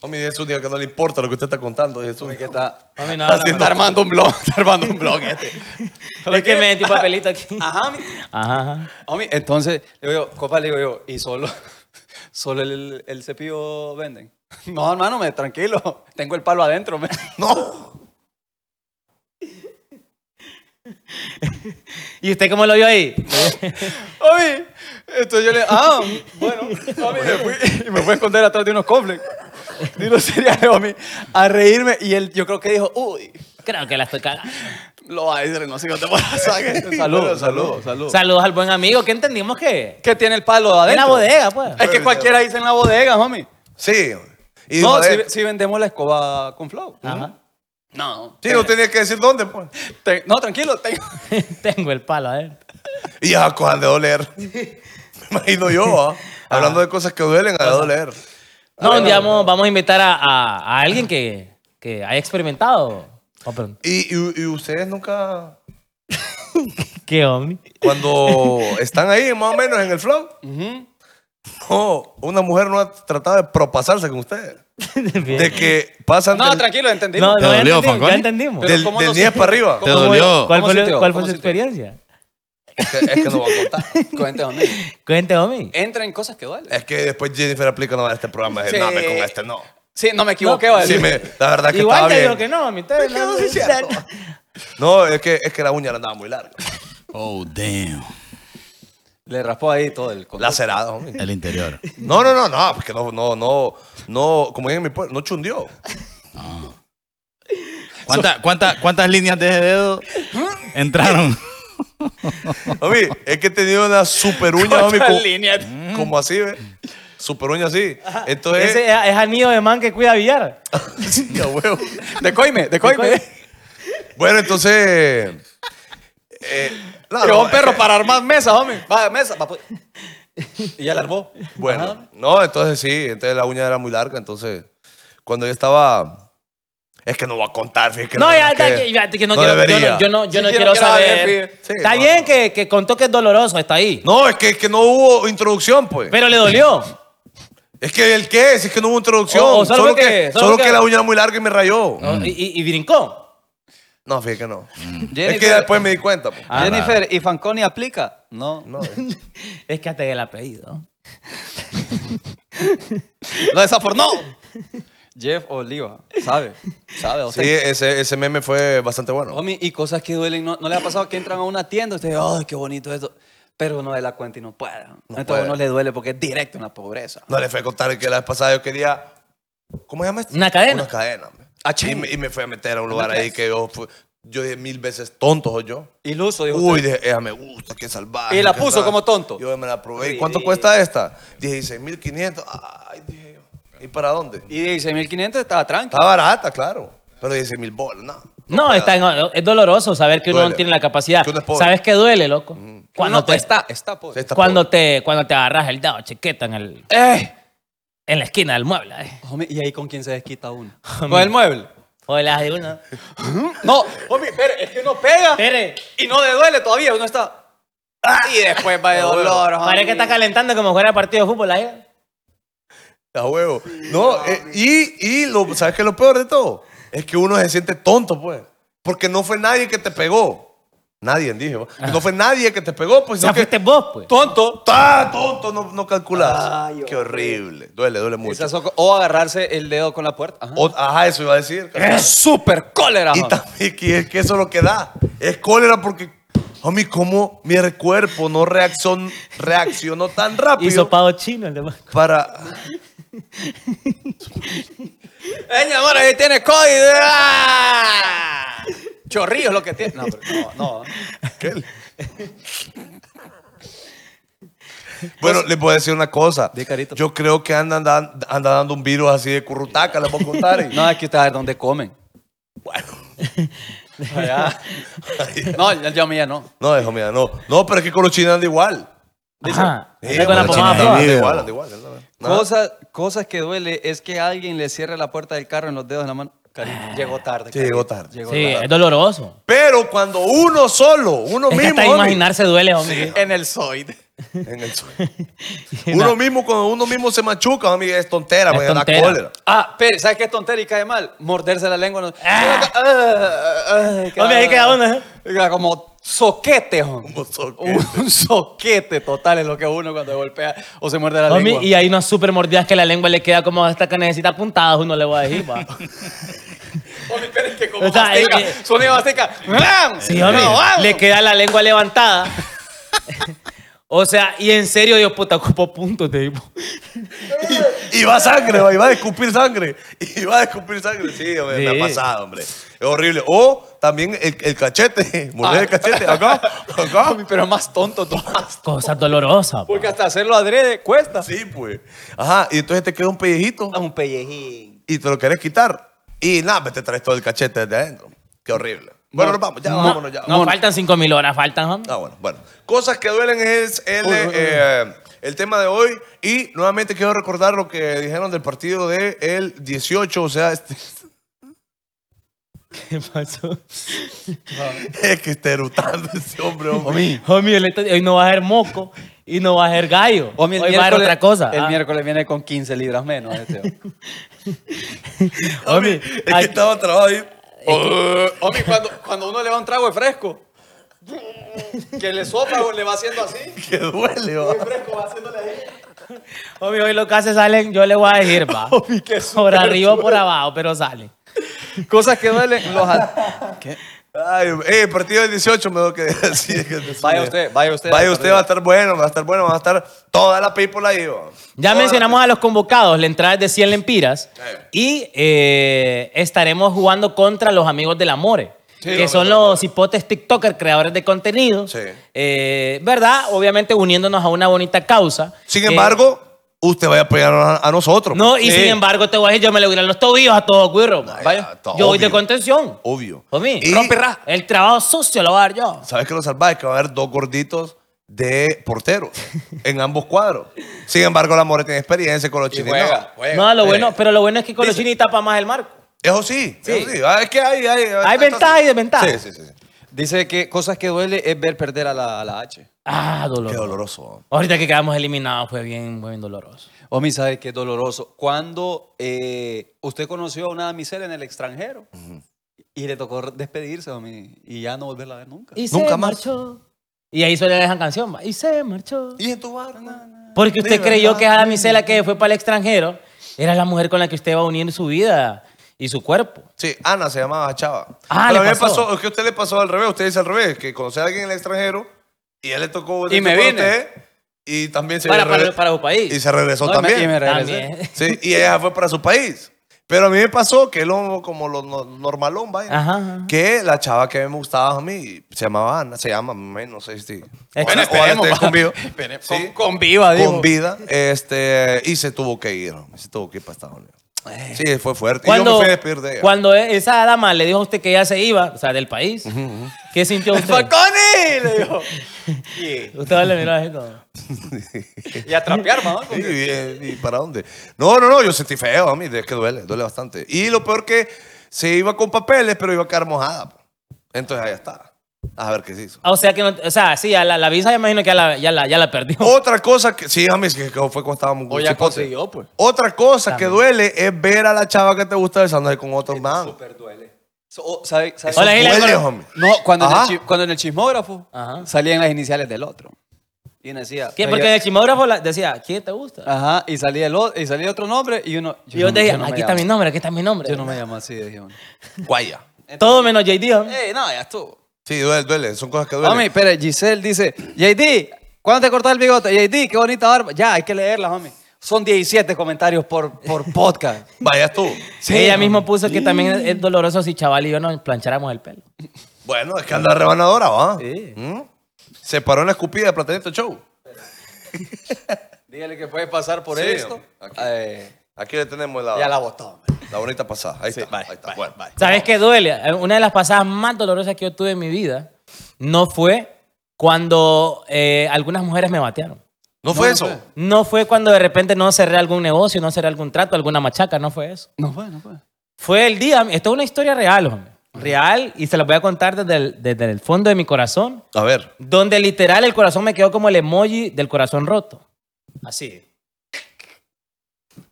[SPEAKER 5] Hombre, Jesús, diga que no le importa lo que usted está contando, Jesús.
[SPEAKER 2] Homie, ¿qué está?
[SPEAKER 3] Homie, no,
[SPEAKER 2] Está
[SPEAKER 3] no,
[SPEAKER 2] haciendo- está armando un blog, está armando un blog este.
[SPEAKER 3] Es que me metí un papelito aquí.
[SPEAKER 5] Ah.
[SPEAKER 2] Ajá, homie.
[SPEAKER 3] Ajá, ajá.
[SPEAKER 2] Homie, entonces, le digo yo, copa, le digo yo, y solo, solo el, el cepillo venden. No, hermano, me, tranquilo, tengo el palo adentro. me.
[SPEAKER 5] ¡No!
[SPEAKER 3] ¿Y usted cómo lo vio ahí?
[SPEAKER 2] Homie, entonces yo le, ah, bueno, homie, me fui, y me fui a esconder atrás de unos conflictos. De unos cereales, homie, a reírme, y él, yo creo que dijo, uy,
[SPEAKER 3] Creo que la estoy cagando.
[SPEAKER 2] lo va a decir, no sé, no te voy a sacar. Saludos,
[SPEAKER 5] Bueno, saludos,
[SPEAKER 2] saludos, saludos.
[SPEAKER 3] Saludos al buen amigo, que entendimos que
[SPEAKER 2] ¿Qué tiene el palo
[SPEAKER 3] es
[SPEAKER 2] adentro?
[SPEAKER 3] la bodega, pues.
[SPEAKER 2] Es que cualquiera dice en la bodega, homie.
[SPEAKER 5] Sí. Y
[SPEAKER 2] No, si,
[SPEAKER 5] joder,
[SPEAKER 2] si vendemos la escoba con flow.
[SPEAKER 5] ¿Mm?
[SPEAKER 3] Ajá.
[SPEAKER 2] No.
[SPEAKER 5] sí, no tenía que decir dónde, pues.
[SPEAKER 2] Te- no, tranquilo, tengo.
[SPEAKER 3] Tengo el palo adentro.
[SPEAKER 5] Y ya, cojan de doler. Me imagino yo, ¿ah? Hablando de cosas que duelen, a de doler.
[SPEAKER 3] No, un día vamos, vamos a invitar a, a- a alguien que, que haya experimentado. Oh, perdón.
[SPEAKER 5] Y, y- y ustedes nunca,
[SPEAKER 3] ¿Qué hombre?
[SPEAKER 5] cuando están ahí más o menos en el flow, no, una mujer no ha tratado de propasarse con ustedes. De que pasan
[SPEAKER 2] No,
[SPEAKER 5] del-
[SPEAKER 2] tranquilo, entendí.
[SPEAKER 3] No, no,
[SPEAKER 1] ¿Te
[SPEAKER 3] ya
[SPEAKER 1] dolió,
[SPEAKER 3] entendimos,
[SPEAKER 1] Fanconi?
[SPEAKER 3] ya entendimos.
[SPEAKER 2] Pero
[SPEAKER 5] del,
[SPEAKER 2] ¿cómo
[SPEAKER 5] del
[SPEAKER 2] no
[SPEAKER 5] 10
[SPEAKER 2] se-
[SPEAKER 5] para arriba.
[SPEAKER 2] ¿Cómo-
[SPEAKER 1] ¿Te dolió?
[SPEAKER 3] ¿Cuál
[SPEAKER 2] ¿Cómo
[SPEAKER 3] fue,
[SPEAKER 2] sintió?
[SPEAKER 3] lo- cuál
[SPEAKER 2] ¿Cómo
[SPEAKER 3] fue su
[SPEAKER 2] sintió?
[SPEAKER 3] experiencia?
[SPEAKER 5] Es que- es que no va a contar.
[SPEAKER 2] Cuente, homie.
[SPEAKER 3] Cuente, homie.
[SPEAKER 2] Entra en cosas que duelen.
[SPEAKER 5] Es que después Jennifer aplica no, este programa. es
[SPEAKER 2] Sí.
[SPEAKER 5] de, No, me con este no.
[SPEAKER 2] Sí, no me equivoqué,
[SPEAKER 3] No.
[SPEAKER 2] vale.
[SPEAKER 5] Sí, me- la verdad que
[SPEAKER 3] Igual
[SPEAKER 5] estaba
[SPEAKER 3] te digo
[SPEAKER 5] bien.
[SPEAKER 3] que no, homie. ustedes no-
[SPEAKER 5] No, sí es cierto. No, es que, es que la uña la andaba muy larga.
[SPEAKER 1] Oh, damn.
[SPEAKER 2] Le raspó ahí todo el contorno.
[SPEAKER 5] Lacerada, hombre.
[SPEAKER 1] El interior.
[SPEAKER 5] No, no, no, no, porque no, no, no, no, como dicen en mi pueblo, no chundió.
[SPEAKER 1] ¿Cuánta- cuánta- ¿Cuántas líneas de ese dedo entraron?
[SPEAKER 5] Hombre, es que tenía una super uña, hombre,
[SPEAKER 2] Otra
[SPEAKER 5] como, Mm,
[SPEAKER 2] línea.
[SPEAKER 5] como así, ¿ves? Super uña así. Entonces,
[SPEAKER 3] Ese es, es anillo de man que cuida billar.
[SPEAKER 5] Sí, a huevo.
[SPEAKER 2] De coime, de coime.
[SPEAKER 3] coime.
[SPEAKER 5] Bueno, entonces. Eh, no,
[SPEAKER 2] Llevó
[SPEAKER 5] no,
[SPEAKER 2] un perro
[SPEAKER 5] eh,
[SPEAKER 2] para armar mesas, homie. Va, mesa, papu. Y ya la armó.
[SPEAKER 5] Bueno,
[SPEAKER 2] Ajá.
[SPEAKER 5] no, entonces sí, entonces la uña era muy larga, entonces cuando yo estaba es que no voy a contar, fíjate que
[SPEAKER 3] No, ya,
[SPEAKER 5] es que
[SPEAKER 3] ya, ya, que no,
[SPEAKER 5] no
[SPEAKER 3] quiero,
[SPEAKER 5] debería.
[SPEAKER 3] yo no, yo no, yo no
[SPEAKER 2] Sí, quiero
[SPEAKER 3] quiero
[SPEAKER 2] que la
[SPEAKER 3] saber.
[SPEAKER 2] veas,
[SPEAKER 5] sí.
[SPEAKER 3] está
[SPEAKER 5] Sí,
[SPEAKER 3] bien
[SPEAKER 5] no.
[SPEAKER 3] que, que contó que es doloroso, está ahí.
[SPEAKER 5] No, es que, es que no hubo introducción, pues.
[SPEAKER 3] Pero le dolió.
[SPEAKER 5] es que el qué es, es que no hubo introducción,
[SPEAKER 3] O- o
[SPEAKER 5] solo, que, solo, que, la uña era muy larga y me rayó.
[SPEAKER 3] ¿no? Y, y- y brincó.
[SPEAKER 5] No, fíjate que no. Es que
[SPEAKER 2] Jennifer-
[SPEAKER 5] después me di cuenta, pues.
[SPEAKER 2] Ah, Jennifer, ¿y Fanconi aplica? No.
[SPEAKER 5] No, eh.
[SPEAKER 3] Es que hasta el apellido.
[SPEAKER 2] Lo desafornó. Jeff Oliva, sabe, sabe. O sea,
[SPEAKER 5] sí, ese, ese meme fue bastante bueno.
[SPEAKER 2] homie, y cosas que duelen, ¿no, no le ha pasado que entran a una tienda y usted, ay, qué bonito esto? Pero uno de la cuenta y no puede.
[SPEAKER 5] puede.
[SPEAKER 2] Entonces no le duele porque es directo una pobreza.
[SPEAKER 5] No le fue a contar que la vez pasada yo quería. ¿Cómo se llama esto?
[SPEAKER 3] Una cadena.
[SPEAKER 5] Una cadena. hombre.
[SPEAKER 2] Ah, ching.
[SPEAKER 5] Y me, y me fui a meter a un lugar ahí que yo, fui- yo dije mil veces tonto soy yo.
[SPEAKER 2] Iluso, dijo
[SPEAKER 5] Uy,
[SPEAKER 2] usted.
[SPEAKER 5] dije, ella me gusta, qué salvaje.
[SPEAKER 2] Y la
[SPEAKER 5] qué
[SPEAKER 2] puso
[SPEAKER 5] tal.
[SPEAKER 2] como tonto.
[SPEAKER 5] Yo me la probé. ¿Y
[SPEAKER 2] Sí.
[SPEAKER 5] cuánto cuesta esta? 16.500. Ay, dije yo. ¿Y para dónde?
[SPEAKER 2] Y 16.500 estaba tranquilo.
[SPEAKER 5] Está barata, claro. Pero 16.000 bolas, no.
[SPEAKER 3] No, está en- es doloroso saber que uno
[SPEAKER 5] Duele.
[SPEAKER 3] no tiene la capacidad.
[SPEAKER 5] Que uno es pobre.
[SPEAKER 3] ¿Sabes qué duele, loco? Cuando,
[SPEAKER 2] No,
[SPEAKER 3] te,
[SPEAKER 2] está, está pues.
[SPEAKER 5] Sí,
[SPEAKER 2] pobre.
[SPEAKER 5] Mm. está
[SPEAKER 3] cuando, te, cuando te agarras el dedo chiqueta en, el,
[SPEAKER 2] ¡Eh!
[SPEAKER 3] en la esquina del mueble. eh.
[SPEAKER 2] Homie, ¿y ahí con quién se desquita uno? ¿Con el mueble?
[SPEAKER 3] O el de uno.
[SPEAKER 2] No, homie, espere, es que uno pega
[SPEAKER 3] Espere.
[SPEAKER 2] y no le duele todavía, uno está... ¡ah! Y después va de dolor, homie.
[SPEAKER 3] Parece que está calentando como fuera partido de fútbol ¿eh? ahí.
[SPEAKER 5] pobre. A huevo. No, eh, y, y lo, ¿sabes qué es lo peor de todo? Es que uno se siente tonto, pues. Porque no fue nadie que te pegó. Nadie, dije. ¿va? No fue nadie que te pegó, pues.
[SPEAKER 3] Ah. O sea,
[SPEAKER 5] sino que
[SPEAKER 3] fuiste vos, pues.
[SPEAKER 2] Tonto.
[SPEAKER 5] ¡Ah, tonto! No, no calculas.
[SPEAKER 2] Ay,
[SPEAKER 5] qué horrible. Duele, duele mucho.
[SPEAKER 2] Esas son- o agarrarse el dedo con la puerta. Ajá.
[SPEAKER 5] O- ajá, eso iba a decir.
[SPEAKER 2] Oh, Es súper cólera.
[SPEAKER 5] Y
[SPEAKER 2] homie.
[SPEAKER 5] también que es que eso es lo que da. Es cólera porque, homie, como mi cuerpo no reaccion- reaccionó tan rápido
[SPEAKER 3] Hizo pavo chino el de
[SPEAKER 5] para...
[SPEAKER 2] Eh, mi amor, ahí tiene COVID. ¡Ah! Chorrillo es lo que tiene. No, pero no, no.
[SPEAKER 5] ¿Qué? Bueno, les voy a decir una cosa.
[SPEAKER 2] Di, Carito.
[SPEAKER 5] Yo creo que andan dan- anda dando un virus así de currutaca, les voy a contar. y-
[SPEAKER 2] No, aquí ustedes a ver dónde comen.
[SPEAKER 5] Bueno,
[SPEAKER 2] Allá. No, ya, ya mía no.
[SPEAKER 5] no, dejo mía, no. No, pero es que con los chinos anda igual.
[SPEAKER 3] Ajá.
[SPEAKER 5] Sí,
[SPEAKER 3] Anda con la
[SPEAKER 5] los
[SPEAKER 3] pomada
[SPEAKER 5] chinos
[SPEAKER 1] toda.
[SPEAKER 3] floja.
[SPEAKER 5] anda igual, anda igual. anda igual. Nada.
[SPEAKER 2] Cosas, cosas que duele es que alguien le cierre la puerta del carro en los dedos de la mano. Carito, llegó tarde.
[SPEAKER 5] Ah. Sí, llegó
[SPEAKER 2] Carito,
[SPEAKER 5] tarde.
[SPEAKER 2] llegó
[SPEAKER 3] Sí,
[SPEAKER 2] tarde.
[SPEAKER 3] es doloroso.
[SPEAKER 5] Pero cuando uno solo, uno
[SPEAKER 3] Es que
[SPEAKER 5] mismo.
[SPEAKER 3] hasta
[SPEAKER 5] homie,
[SPEAKER 3] imaginarse duele, hombre.
[SPEAKER 2] En el Zoid.
[SPEAKER 5] en el suelo. uno mismo, cuando uno mismo se machuca, homie, es tontera,
[SPEAKER 3] Es
[SPEAKER 5] porque da
[SPEAKER 3] tontera.
[SPEAKER 5] cólera.
[SPEAKER 2] Ah, pero ¿sabes qué es tontera y cae mal? Morderse la lengua. No.
[SPEAKER 3] Ah.
[SPEAKER 2] Ah, ah, ah,
[SPEAKER 3] Hombre, ahí queda uno, ¿eh?
[SPEAKER 2] Queda como soquete, hom.
[SPEAKER 5] Como soquete.
[SPEAKER 2] Un soquete total es lo que uno cuando golpea o se muerde la
[SPEAKER 3] Homie,
[SPEAKER 2] lengua.
[SPEAKER 3] y hay unas super mordidas que la lengua le queda como hasta que necesita puntadas, uno le va a decir, va.
[SPEAKER 2] Homie, pero es que como
[SPEAKER 3] O sea,
[SPEAKER 2] mastica,
[SPEAKER 3] eh, eh.
[SPEAKER 2] sonido mastica. ¡Ram!
[SPEAKER 3] Sí, homie,
[SPEAKER 2] No, vamos.
[SPEAKER 3] le queda la lengua levantada. o sea, y en serio, yo puta, ocupo puntos, te digo.
[SPEAKER 5] Y va sangre, va, y va a escupir sangre. Y va a escupir sangre. Sí, hombre, me
[SPEAKER 3] Sí.
[SPEAKER 5] ha pasado, hombre. Es horrible. O también el, el cachete, morder el
[SPEAKER 2] Ah.
[SPEAKER 5] cachete. Acá, acá.
[SPEAKER 2] Homie, pero es más tonto tú.
[SPEAKER 3] Cosas dolorosas. pa.
[SPEAKER 2] Porque hasta hacerlo adrede cuesta.
[SPEAKER 5] Sí, pues. Ajá, y entonces te queda un pellejito
[SPEAKER 2] un pellejín.
[SPEAKER 5] y te lo querés quitar. Y nada, pues te traes todo el cachete desde adentro. Qué horrible. Bueno, nos vamos, ya,
[SPEAKER 3] No,
[SPEAKER 5] vámonos ya.
[SPEAKER 3] no, faltan 5.000 horas, faltan, homie.
[SPEAKER 5] Ah, bueno, bueno. Cosas que duelen es el,
[SPEAKER 2] Uy, uy, uy.
[SPEAKER 5] eh, el tema de hoy. Y nuevamente quiero recordar lo que dijeron del partido del el 18. O sea, este,
[SPEAKER 3] ¿Qué pasó?
[SPEAKER 5] es que está erutando ese hombre, hombre.
[SPEAKER 3] Homie, el- este, hoy no va a haber moco y no va a haber gallo.
[SPEAKER 2] Homie, el
[SPEAKER 3] hoy va a haber
[SPEAKER 2] miércoles-
[SPEAKER 3] otra cosa.
[SPEAKER 2] El
[SPEAKER 3] ah.
[SPEAKER 2] miércoles viene con 15 libras menos. este, hombre.
[SPEAKER 3] Homie,
[SPEAKER 5] es
[SPEAKER 3] ay,
[SPEAKER 5] que estaba trabado ahí.
[SPEAKER 2] Homie, cuando, cuando uno le va un trago de fresco, que el esófago le va haciendo así.
[SPEAKER 5] Que duele, va.
[SPEAKER 2] fresco va haciéndole ahí.
[SPEAKER 3] homie, hoy los cases salen, yo le voy a decir, va.
[SPEAKER 2] Homie, qué
[SPEAKER 3] por
[SPEAKER 2] súper
[SPEAKER 3] arriba o por abajo, pero salen.
[SPEAKER 2] Cosas que duelen. Los al-
[SPEAKER 5] Ay, eh, el partido del 18 me lo quedé así. es que te
[SPEAKER 2] Vaya
[SPEAKER 5] sube.
[SPEAKER 2] usted, vaya usted.
[SPEAKER 5] Vaya usted, va a estar bueno, va a estar bueno, va a estar toda la people ahí. va.
[SPEAKER 3] Ya
[SPEAKER 5] Toda
[SPEAKER 3] mencionamos
[SPEAKER 5] la-
[SPEAKER 3] a los convocados, la entrada es de 100 lempiras y eh, estaremos jugando contra los amigos del Amore,
[SPEAKER 5] Sí,
[SPEAKER 3] que
[SPEAKER 5] vamos
[SPEAKER 3] son
[SPEAKER 5] a jugar.
[SPEAKER 3] los hipotes TikToker, creadores de contenido,
[SPEAKER 5] Sí.
[SPEAKER 3] Eh, ¿verdad? Obviamente uniéndonos a una bonita causa.
[SPEAKER 5] Sin
[SPEAKER 3] Eh,
[SPEAKER 5] embargo, usted vaya a apoyar a, a nosotros.
[SPEAKER 3] No, y
[SPEAKER 5] Sí.
[SPEAKER 3] sin embargo, te voy a decir, yo me le voy a ir a los tobillos a todos, cuirro. Vaya,
[SPEAKER 5] está
[SPEAKER 3] yo voy de
[SPEAKER 5] obvio.
[SPEAKER 3] contención.
[SPEAKER 5] Obvio.
[SPEAKER 3] Homie,
[SPEAKER 5] Y-
[SPEAKER 3] rompe ra. El trabajo sucio lo voy a dar yo.
[SPEAKER 5] ¿Sabes qué lo salva? Es que va a haber dos gorditos de porteros en ambos cuadros. Sin embargo, la More tiene experiencia con los
[SPEAKER 2] Y
[SPEAKER 5] chinos.
[SPEAKER 2] juega, juega.
[SPEAKER 3] No, lo
[SPEAKER 5] sí.
[SPEAKER 3] bueno, pero lo bueno es que
[SPEAKER 5] eh. Dice-
[SPEAKER 3] Colochini tapa más el marco.
[SPEAKER 5] Eso sí, eso
[SPEAKER 2] Sí.
[SPEAKER 5] sí. Ah, Es que hay, hay,
[SPEAKER 3] Hay ventaja y desventaja.
[SPEAKER 5] Sí, sí, sí. sí.
[SPEAKER 2] Dice que cosas que duele es ver perder a la, a la H.
[SPEAKER 3] Ah,
[SPEAKER 5] Qué
[SPEAKER 3] doloroso.
[SPEAKER 5] doloroso.
[SPEAKER 3] Ahorita que quedamos eliminados fue bien, bien doloroso.
[SPEAKER 2] Omi, ¿sabe qué doloroso? Cuando eh, usted conoció a una damisela en el extranjero y le tocó despedirse, Omi, y ya no volverla a ver nunca.
[SPEAKER 3] Y
[SPEAKER 5] Nunca
[SPEAKER 3] se
[SPEAKER 5] más.
[SPEAKER 3] marchó. Y ahí suele dejar canción. va, Y se marchó.
[SPEAKER 5] ¿Y en tu bar?
[SPEAKER 3] Porque usted
[SPEAKER 5] Sí,
[SPEAKER 3] creyó
[SPEAKER 5] ¿verdad?
[SPEAKER 3] que esa damisela que fue para el extranjero era la mujer con la que usted va uniendo su vida y su cuerpo.
[SPEAKER 5] Sí, Ana se llamaba Chava.
[SPEAKER 3] Ah,
[SPEAKER 5] Pero a
[SPEAKER 3] ¿le
[SPEAKER 5] mí me
[SPEAKER 3] pasó?
[SPEAKER 5] pasó, es que a usted le pasó al revés, usted dice al revés, que conoce a alguien en el extranjero y él le tocó
[SPEAKER 2] Y me
[SPEAKER 5] con
[SPEAKER 2] vine.
[SPEAKER 5] usted, y también se
[SPEAKER 3] Para, para,
[SPEAKER 5] regre-
[SPEAKER 3] para su país.
[SPEAKER 5] y se regresó
[SPEAKER 2] No, y me-
[SPEAKER 5] también.
[SPEAKER 2] y me regresé.
[SPEAKER 3] También.
[SPEAKER 5] Sí, y ella fue para su país. Pero a mí me pasó que lo, como lo no- normalón, vaya,
[SPEAKER 3] Ajá, ajá.
[SPEAKER 5] que la chava que me gustaba a mí se llamaba Ana, se llama, me- no sé si.
[SPEAKER 3] Bueno,
[SPEAKER 5] ahora- ahora esté
[SPEAKER 2] va.
[SPEAKER 5] conmigo.
[SPEAKER 2] Esperemos.
[SPEAKER 5] Sí,
[SPEAKER 2] Con, con viva, Ah, digo.
[SPEAKER 5] con vida. Este, y se tuvo que ir, se tuvo que ir para Estados Unidos.
[SPEAKER 2] Eh.
[SPEAKER 5] Sí, fue fuerte. Y yo me
[SPEAKER 3] Cuando,
[SPEAKER 5] fui a despedir de ella.
[SPEAKER 3] cuando e- esa dama le dijo a usted que ya se iba, o sea, del país, ¿qué sintió usted?
[SPEAKER 2] ¡Falcone! Le dijo. Y-
[SPEAKER 3] usted le miró así como,
[SPEAKER 2] Y a trapear, mamá.
[SPEAKER 5] Sí, ¿Y, y para dónde? No, no, no, yo sentí feo a mí, es que duele, duele bastante. Y lo peor que se iba con papeles, pero iba a quedar mojada. po. Entonces ahí está. A ver qué se hizo.
[SPEAKER 3] ah, O sea, que no- o sea, sí, a la, la visa ya imagino que ya la, ya la, ya la perdió.
[SPEAKER 5] Otra cosa que, sí, a mí sí que fue cuando estábamos
[SPEAKER 2] O ya
[SPEAKER 5] chipotes.
[SPEAKER 2] consiguió, pues.
[SPEAKER 5] Otra cosa
[SPEAKER 3] También.
[SPEAKER 5] que duele es ver a la chava que te gusta besándose con otro man.
[SPEAKER 2] Súper duele. So- o- ¿sabe- sabe-
[SPEAKER 3] Hola, Gil.
[SPEAKER 5] Duele,
[SPEAKER 3] Álvaro.
[SPEAKER 5] homie.
[SPEAKER 2] No, cuando en, el
[SPEAKER 5] Ajá.
[SPEAKER 2] chi- cuando en el chismógrafo
[SPEAKER 3] Ajá.
[SPEAKER 2] salían las iniciales del otro. Y uno decía.
[SPEAKER 3] ¿Qué? Porque el chismógrafo la- decía, ¿quién te
[SPEAKER 5] Ah,
[SPEAKER 3] gusta?
[SPEAKER 2] Ajá, y salía, el otro, y salía otro nombre y uno.
[SPEAKER 3] y yo
[SPEAKER 2] no-
[SPEAKER 3] te decía,
[SPEAKER 2] "Ah, no me
[SPEAKER 3] aquí está
[SPEAKER 2] llamo-
[SPEAKER 3] mi nombre, aquí está mi nombre.
[SPEAKER 2] Yo no me llamo así, dije uno.
[SPEAKER 5] Guaya.
[SPEAKER 3] Todo menos JD. ¿no?
[SPEAKER 2] Ey, no, ya estuvo.
[SPEAKER 5] Sí, duele, duele. Son cosas que duelen.
[SPEAKER 2] Homie, pero Giselle dice, JD, ¿cuándo te cortas el bigote? JD, qué bonita barba. Ya, hay que leerla, homie. Son 17 comentarios por, por podcast.
[SPEAKER 5] Vayas tú.
[SPEAKER 3] Ella misma puso que también es- es doloroso si chaval y yo nos plancháramos el pelo.
[SPEAKER 5] Bueno, es que anda rebanadora, ¿va?
[SPEAKER 2] Sí.
[SPEAKER 5] ¿Mm? Se paró en la escupida de Platanito Show.
[SPEAKER 2] Dígale que puede pasar por
[SPEAKER 5] Sí,
[SPEAKER 2] esto.
[SPEAKER 5] aquí.
[SPEAKER 2] Eh,
[SPEAKER 5] Aquí le tenemos la,
[SPEAKER 2] ya la botó. man.
[SPEAKER 5] la bonita pasada. Ahí está.
[SPEAKER 2] vale,
[SPEAKER 5] ahí está.
[SPEAKER 2] vale,
[SPEAKER 5] Bueno.
[SPEAKER 2] vale.
[SPEAKER 3] ¿Sabes qué duele? Una de las pasadas más dolorosas que yo tuve en mi vida no fue cuando eh, algunas mujeres me batearon.
[SPEAKER 5] No fue eso.
[SPEAKER 3] No fue cuando de repente no cerré algún negocio, no cerré algún trato, alguna machaca, no fue eso.
[SPEAKER 2] No fue, no fue.
[SPEAKER 3] Fue el día, esto es una historia real, hombre. Real, y se la voy a contar desde el, desde el fondo de mi corazón,
[SPEAKER 5] A ver.
[SPEAKER 3] donde literal el corazón me quedó como el emoji del corazón roto. Así.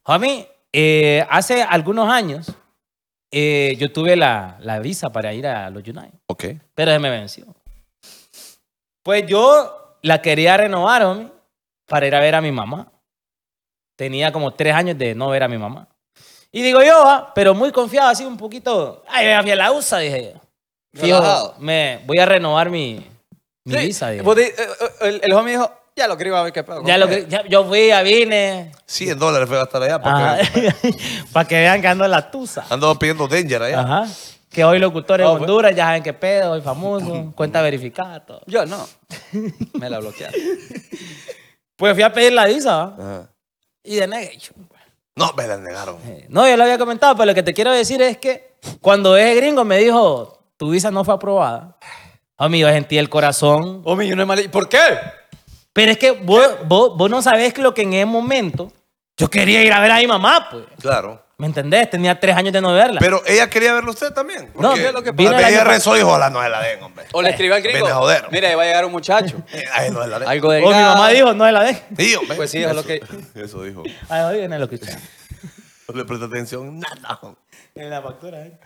[SPEAKER 3] Homie, eh, hace algunos años eh, yo tuve la, la visa para ir a los United
[SPEAKER 5] Ok.
[SPEAKER 3] pero se me venció. Pues yo la quería renovar, homie, para ir a ver a mi mamá. Tenía como tres años de no ver a mi mamá. Y digo yo, ah, pero muy confiado, así un poquito. Ay, ya fui a la USA, dije yo. Fijo,
[SPEAKER 2] Relajado.
[SPEAKER 3] me voy a renovar mi, mi
[SPEAKER 2] Sí,
[SPEAKER 3] visa, dije.
[SPEAKER 2] vos di- eh, eh, el, el homie dijo, ya lo escribo a ver qué pedo.
[SPEAKER 3] Ya lo que- ya- yo fui, ya vine.
[SPEAKER 5] 100 dólares fue gastar allá. Porque
[SPEAKER 3] Ajá. Para que vean que ando en la tusa.
[SPEAKER 5] andaba pidiendo danger allá.
[SPEAKER 3] Ajá. Que hoy locutores
[SPEAKER 2] Ah,
[SPEAKER 3] de
[SPEAKER 2] pues.
[SPEAKER 3] Honduras ya saben qué pedo, hoy famoso, cuenta verificada, todo.
[SPEAKER 2] Yo no. Me la bloquearon.
[SPEAKER 3] Pues fui a pedir la visa, ¿va?
[SPEAKER 5] Ajá.
[SPEAKER 3] Y de negue, yo,
[SPEAKER 5] No, me la negaron.
[SPEAKER 3] eh, No, yo lo había comentado, pero lo que te quiero decir es que cuando ese gringo me dijo, tu visa no fue aprobada, amigo, sentí el corazón.
[SPEAKER 2] Homie, yo no es mal. ¿Por qué?
[SPEAKER 3] Pero es que vos, vos, vos no sabés que lo que en ese momento yo quería ir a ver a mi mamá, pues.
[SPEAKER 5] Claro.
[SPEAKER 3] ¿Me entendés? Tenía tres años de no verla.
[SPEAKER 5] Pero ella quería verlo usted también.
[SPEAKER 3] No,
[SPEAKER 5] Porque
[SPEAKER 3] mira
[SPEAKER 2] lo que
[SPEAKER 5] tal
[SPEAKER 3] pasa.
[SPEAKER 5] vez ella rezó y dijo, "Ojalá no se la den, hombre.
[SPEAKER 2] O le escribió al gringo.
[SPEAKER 5] Viene a joder.
[SPEAKER 2] Mira, ahí va a llegar un muchacho.
[SPEAKER 5] Eh, ahí no se la den.
[SPEAKER 2] Algo de
[SPEAKER 3] o mi mamá dijo, no la dejes.
[SPEAKER 5] Sí, hombre.
[SPEAKER 2] Pues sí, es
[SPEAKER 5] eso,
[SPEAKER 2] lo que-
[SPEAKER 5] Eso dijo. No
[SPEAKER 3] Ay, oye, viene lo que
[SPEAKER 5] le presta atención. Nada. hombre.
[SPEAKER 3] En la factura, ¿eh?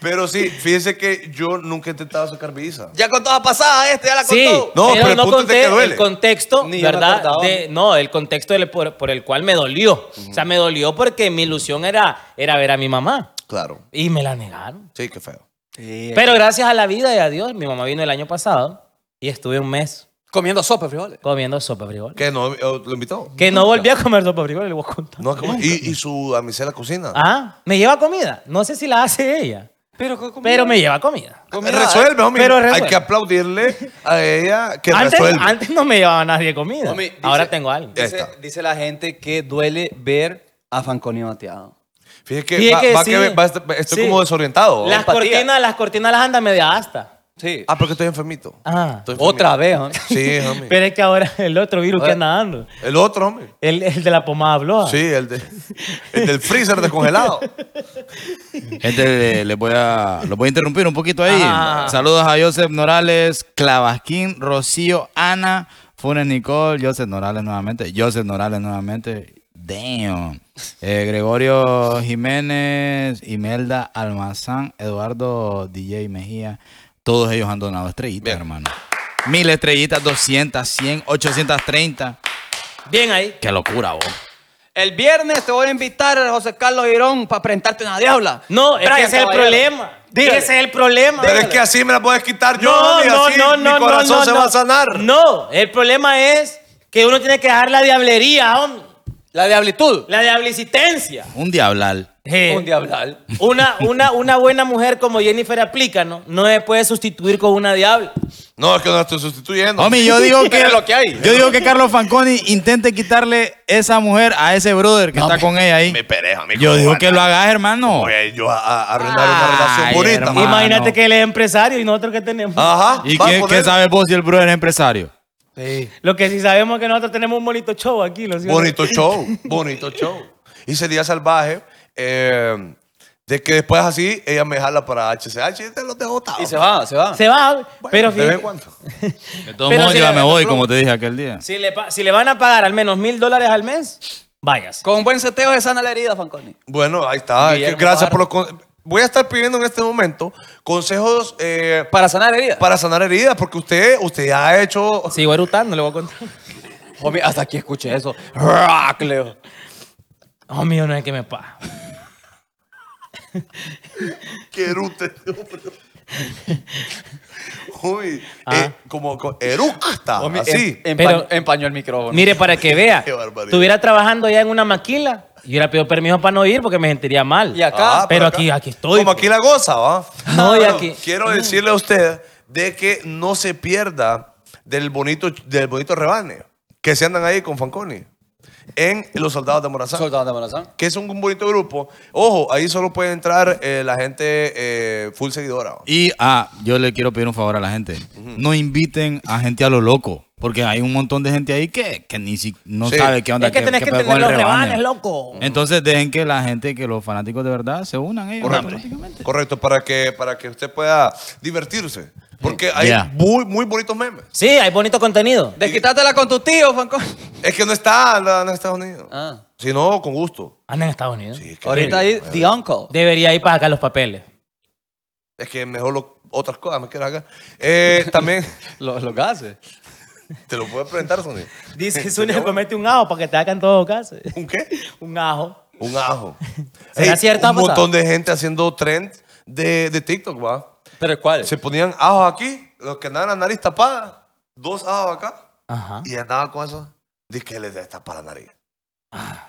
[SPEAKER 5] Pero sí, fíjese que yo nunca he intentado sacar visa.
[SPEAKER 2] Ya con toda pasada este, ya la contó.
[SPEAKER 3] Sí,
[SPEAKER 5] No, pero el punto es de que duele.
[SPEAKER 3] el contexto,
[SPEAKER 2] Ni yo me
[SPEAKER 3] ¿verdad?
[SPEAKER 2] acordaba.
[SPEAKER 3] De- no, el contexto del- por, por el cual me dolió. O sea, me dolió porque mi ilusión era, era ver a mi mamá.
[SPEAKER 5] Claro.
[SPEAKER 3] Y me la negaron.
[SPEAKER 5] Sí, qué feo.
[SPEAKER 2] Sí.
[SPEAKER 3] Pero gracias a la vida y a Dios, mi mamá vino el año pasado y estuve un mes
[SPEAKER 2] Comiendo sopa, de frijoles.
[SPEAKER 3] comiendo sopa de frijoles.
[SPEAKER 5] ¿Qué? ¿No eh, lo invitó?
[SPEAKER 3] Que no volví a comer sopa de frijoles, le voy a contar.
[SPEAKER 5] No, ¿cómo? ¿Y, y su damisela cocina?
[SPEAKER 3] Ah, me lleva comida. No sé si la hace ella,
[SPEAKER 2] Pero, ¿qué comida?
[SPEAKER 3] pero me lleva comida.
[SPEAKER 2] comida-
[SPEAKER 5] Pues resuelve, homie.
[SPEAKER 3] pero resuelve.
[SPEAKER 5] Hay que aplaudirle a ella que
[SPEAKER 3] Antes,
[SPEAKER 5] resuelve.
[SPEAKER 3] antes no me llevaba nadie comida.
[SPEAKER 2] Homie, dice- eh,
[SPEAKER 3] Ahora tengo algo.
[SPEAKER 5] Ya
[SPEAKER 2] Dice,
[SPEAKER 5] está.
[SPEAKER 2] dice la gente que duele ver a Fanconi bateado.
[SPEAKER 5] Fíjese que,
[SPEAKER 3] Fíjese
[SPEAKER 5] va,
[SPEAKER 3] que
[SPEAKER 5] va
[SPEAKER 3] sí.
[SPEAKER 5] que ve- va a estar- estoy
[SPEAKER 3] Sí.
[SPEAKER 5] como desorientado.
[SPEAKER 3] Las
[SPEAKER 2] empatía.
[SPEAKER 3] cortinas, las cortinas las anda media hasta.
[SPEAKER 2] Sí.
[SPEAKER 5] Ah, porque estoy enfermito.
[SPEAKER 3] Ah.
[SPEAKER 5] Estoy enfermito.
[SPEAKER 2] Otra vez, ¿no?
[SPEAKER 5] Sí, homie.
[SPEAKER 3] Pero es que ahora el otro virus que
[SPEAKER 5] Ahora-
[SPEAKER 3] anda dando,
[SPEAKER 5] El otro, hombre.
[SPEAKER 3] el, el de la pomada floja.
[SPEAKER 5] Sí, el, de, el del freezer descongelado.
[SPEAKER 1] Gente, les voy a, los voy a interrumpir un poquito ahí.
[SPEAKER 3] Ah.
[SPEAKER 1] Saludos a Joseph Norales, Clavasquín, Rocío, Ana, Funes Nicole, Joseph Norales nuevamente, Joseph Norales nuevamente. Damn. Eh, Gregorio Jiménez, Imelda Almazán, Eduardo DJ Mejía. Todos ellos han donado estrellitas,
[SPEAKER 5] Bien.
[SPEAKER 1] hermano. Mil estrellitas, 200, 100, 830.
[SPEAKER 3] Bien ahí.
[SPEAKER 1] Qué locura, vos.
[SPEAKER 2] El viernes te voy a invitar a José Carlos Girón para enfrentarte una diabla.
[SPEAKER 3] No, es que
[SPEAKER 2] Brian
[SPEAKER 3] ese es el
[SPEAKER 2] Caballero.
[SPEAKER 3] problema.
[SPEAKER 2] Dígale.
[SPEAKER 3] Ese es el problema.
[SPEAKER 5] Pero es que así me la puedes quitar yo, homie, así mi corazón se va a sanar.
[SPEAKER 3] No, el problema es que uno tiene que dejar la diablería, hombre.
[SPEAKER 2] La diablitud.
[SPEAKER 3] La diablicitencia.
[SPEAKER 1] Un diablal.
[SPEAKER 3] Eh,
[SPEAKER 2] Un diablal.
[SPEAKER 3] Una, una, una buena mujer como Jennifer aplica, ¿no? No se puede sustituir con una diabla.
[SPEAKER 5] No, es que no la estoy sustituyendo.
[SPEAKER 1] Homie, yo digo que,
[SPEAKER 2] Pero lo que hay.
[SPEAKER 1] Yo digo que Carlos Fanconi intente quitarle esa mujer a ese brother que está con ella ahí.
[SPEAKER 5] Mi pereja, mi
[SPEAKER 1] Yo digo
[SPEAKER 5] cubana.
[SPEAKER 1] que lo hagas, hermano.
[SPEAKER 5] Voy a ir yo a, a arruinar una
[SPEAKER 1] Ay,
[SPEAKER 5] relación bonita.
[SPEAKER 1] hermano.
[SPEAKER 5] man.
[SPEAKER 3] Imagínate
[SPEAKER 1] no.
[SPEAKER 3] que él es empresario y nosotros que tenemos.
[SPEAKER 5] Ah, Ajá.
[SPEAKER 1] ¿Y
[SPEAKER 5] va a
[SPEAKER 1] qué,
[SPEAKER 5] poner
[SPEAKER 1] qué sabes vos si el brother es empresario?
[SPEAKER 2] Sí.
[SPEAKER 3] Lo que sí sabemos es que nosotros tenemos un bonito show aquí. ¿lo siento.
[SPEAKER 5] Bonito show, bonito show. Y sería salvaje eh, de que después así ella me jala para HCH y te los dejo botado.
[SPEAKER 2] Y se va, se va.
[SPEAKER 3] Se va,
[SPEAKER 5] Bueno,
[SPEAKER 3] pero
[SPEAKER 5] de vez en
[SPEAKER 3] fíjate.
[SPEAKER 5] cuando.
[SPEAKER 1] De todos
[SPEAKER 3] Pero
[SPEAKER 1] modos,
[SPEAKER 3] si
[SPEAKER 1] yo ya
[SPEAKER 3] la-
[SPEAKER 1] me
[SPEAKER 3] la
[SPEAKER 1] voy,
[SPEAKER 3] pluma-
[SPEAKER 1] como te dije aquel día.
[SPEAKER 3] Si le, pa- si le van a pagar al menos mil dólares al mes, váyase.
[SPEAKER 2] Con buen seteo de sana la herida, Fanconi.
[SPEAKER 5] Bueno, ahí está.
[SPEAKER 2] Guillermo
[SPEAKER 5] Gracias por los con- Voy a estar pidiendo en este momento consejos eh, pa-
[SPEAKER 2] Para sanar heridas.
[SPEAKER 5] para sanar heridas, porque usted, usted ya ha hecho.
[SPEAKER 3] Sigo erutando, le voy a contar.
[SPEAKER 2] Homie, hasta aquí escuché eso. Rock, Leo.
[SPEAKER 3] Oh, mío, no es que me paga.
[SPEAKER 5] que erute. Uy,
[SPEAKER 3] Ah.
[SPEAKER 5] eh, como, como eructa,
[SPEAKER 2] Homie,
[SPEAKER 5] así.
[SPEAKER 2] em- empa-
[SPEAKER 3] Pero-
[SPEAKER 2] empañó el micrófono.
[SPEAKER 3] Mire, para que vea,
[SPEAKER 5] Qué barbaridad.
[SPEAKER 3] estuviera trabajando ya en una maquila y hubiera pedido permiso para no ir porque me sentiría mal.
[SPEAKER 2] Y acá.
[SPEAKER 5] Ah,
[SPEAKER 3] pero aquí- aquí estoy,
[SPEAKER 5] Como
[SPEAKER 3] pues.
[SPEAKER 5] aquí la goza, ¿va?
[SPEAKER 3] No, y
[SPEAKER 5] Bueno,
[SPEAKER 3] aquí-
[SPEAKER 5] Quiero decirle a usted de que no se pierda del bonito, del bonito rebane que se andan ahí con Fanconi en Los Soldados de Morazán.
[SPEAKER 2] Soldados de Morazán.
[SPEAKER 5] que es un, un bonito grupo. Ojo, ahí solo puede entrar eh, la gente eh, full seguidora. ¿va?
[SPEAKER 1] Y ah, yo le quiero pedir un favor a la gente. No inviten a gente a lo loco. Porque hay un montón de gente ahí que, que ni si no
[SPEAKER 5] Sí.
[SPEAKER 1] sabe qué onda.
[SPEAKER 3] Es que
[SPEAKER 1] qué-
[SPEAKER 3] tenés
[SPEAKER 1] qué
[SPEAKER 3] que
[SPEAKER 1] pedo
[SPEAKER 3] entender
[SPEAKER 1] con el
[SPEAKER 3] los
[SPEAKER 1] rebane.
[SPEAKER 3] rebanes, loco.
[SPEAKER 1] Entonces dejen que la gente, que los fanáticos de verdad se unan ellos
[SPEAKER 5] Correcto.
[SPEAKER 1] automáticamente.
[SPEAKER 5] Correcto, para que, para que usted pueda divertirse. Porque hay
[SPEAKER 1] Yeah.
[SPEAKER 5] muy, muy bonitos memes.
[SPEAKER 3] Sí, hay bonito contenido.
[SPEAKER 2] Desquitátela con tu tío, Fancón.
[SPEAKER 5] Es que no está la- en Estados Unidos.
[SPEAKER 2] Ah.
[SPEAKER 5] Si no, con gusto.
[SPEAKER 3] Anda en Estados Unidos.
[SPEAKER 5] Sí, que-
[SPEAKER 2] Ahorita ahí, The Uncle.
[SPEAKER 3] Debería ir para acá los papeles.
[SPEAKER 5] Es que mejor lo- otras cosas me quedo acá. Eh, también
[SPEAKER 2] Los, los gases.
[SPEAKER 5] te lo puedo presentar, Sony.
[SPEAKER 3] Dice Zúñiga, comete un ajo para que te hagan todos casos.
[SPEAKER 5] ¿Un qué?
[SPEAKER 3] Un ajo.
[SPEAKER 5] Un ajo.
[SPEAKER 3] ¿Será cierta,
[SPEAKER 5] un
[SPEAKER 3] pasada?
[SPEAKER 5] montón de gente haciendo trend de, de TikTok, va.
[SPEAKER 2] ¿Pero cuál?
[SPEAKER 5] Se ponían ajos aquí, los que andaban la nariz tapada, dos ajos acá,
[SPEAKER 3] Ajá.
[SPEAKER 5] y andaban con eso. Dice que les destapa la nariz.
[SPEAKER 2] Ah,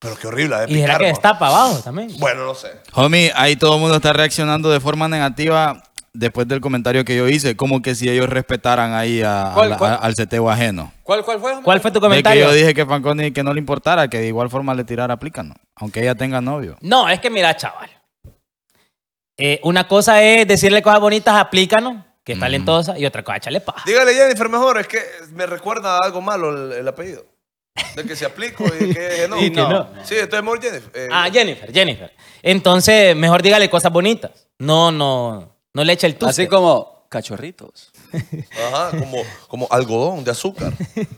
[SPEAKER 5] Pero qué horrible, ha de
[SPEAKER 3] Y será
[SPEAKER 5] picar,
[SPEAKER 3] que
[SPEAKER 5] ¿va?
[SPEAKER 3] destapa abajo también.
[SPEAKER 5] Bueno, no sé.
[SPEAKER 1] Homie, ahí todo el mundo está reaccionando de forma negativa después del comentario que yo hice. Como que si ellos respetaran ahí a- a
[SPEAKER 2] ¿Cuál,
[SPEAKER 1] la-
[SPEAKER 2] cuál?
[SPEAKER 1] a- al seteo ajeno.
[SPEAKER 2] ¿Cuál, cuál fue? hombre?
[SPEAKER 3] ¿Cuál fue
[SPEAKER 1] De
[SPEAKER 3] tu
[SPEAKER 1] que
[SPEAKER 3] comentario?
[SPEAKER 1] yo dije que Fanconi que no le importara, que de igual forma le tirara aplícanos, aunque ella tenga novio.
[SPEAKER 3] No, es que mira, chaval. Eh, una cosa es decirle cosas bonitas, aplícanos, que es talentosa, y otra cosa, échale paja.
[SPEAKER 5] Dígale, Jennifer, mejor, es que me recuerda a algo malo el, el apellido. De que se aplico y que no.
[SPEAKER 2] Y que no.
[SPEAKER 5] Sí, entonces mejor Jennifer. eh,
[SPEAKER 3] Ah, Jennifer, Jennifer. Entonces, mejor dígale cosas bonitas. No, no, no le eche el tuste.
[SPEAKER 2] Así como cachorritos.
[SPEAKER 5] Ajá, como, como algodón de azúcar.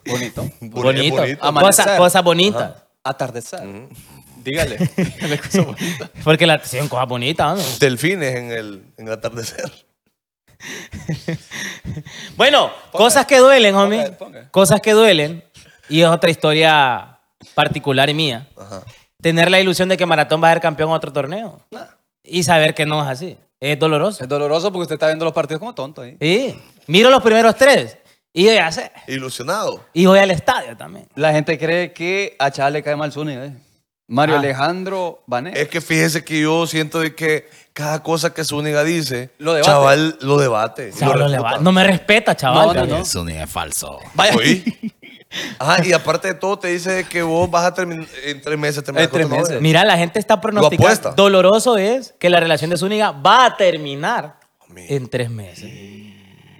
[SPEAKER 2] Bonito.
[SPEAKER 5] Boni-
[SPEAKER 3] bonito.
[SPEAKER 5] bonito.
[SPEAKER 2] Ama-
[SPEAKER 3] Cosas
[SPEAKER 2] Amanecer.
[SPEAKER 3] cosas bonitas.
[SPEAKER 2] Atardecer. Mm. Dígale. Dígale cosas bonitas.
[SPEAKER 3] Porque la sí, son cosas bonitas. ¿no?
[SPEAKER 5] Delfines en el, en el atardecer.
[SPEAKER 3] Bueno, cosas que duelen, homie.
[SPEAKER 2] ponga.
[SPEAKER 3] Cosas que duelen. Y es otra historia particular y mía.
[SPEAKER 5] Ajá.
[SPEAKER 3] Tener la ilusión de que Maratón va a ser campeón a otro torneo. Y saber que no es así. Es doloroso.
[SPEAKER 2] Es doloroso porque usted está viendo los partidos como tonto ahí.
[SPEAKER 3] Sí. Miro los primeros tres. Y yo ya sé.
[SPEAKER 5] Ilusionado.
[SPEAKER 3] Y voy al estadio también.
[SPEAKER 2] La gente cree que a Chávez le cae mal Zúñiga. ¿eh? Mario
[SPEAKER 3] Ah.
[SPEAKER 2] Alejandro Vané.
[SPEAKER 5] Es que fíjese que yo siento de que cada cosa que Zúñiga dice,
[SPEAKER 2] Lo debate.
[SPEAKER 5] chaval, lo debate.
[SPEAKER 3] Chaval,
[SPEAKER 5] Lo
[SPEAKER 3] no le va-
[SPEAKER 5] refuta.
[SPEAKER 3] No me respeta, chaval.
[SPEAKER 2] No, no, no.
[SPEAKER 1] Eso ni es falso.
[SPEAKER 2] Vaya.
[SPEAKER 5] Oí. Ajá, y aparte de todo, te dice que vos vas a terminar en tres meses. terminar
[SPEAKER 2] En tres
[SPEAKER 5] con tu
[SPEAKER 2] meses.
[SPEAKER 5] novia.
[SPEAKER 3] Mira, la gente está pronosticando.
[SPEAKER 5] apuesta.
[SPEAKER 3] Doloroso es que la relación de Zúñiga va a terminar
[SPEAKER 1] Oh,
[SPEAKER 5] Amigo.
[SPEAKER 3] en tres meses.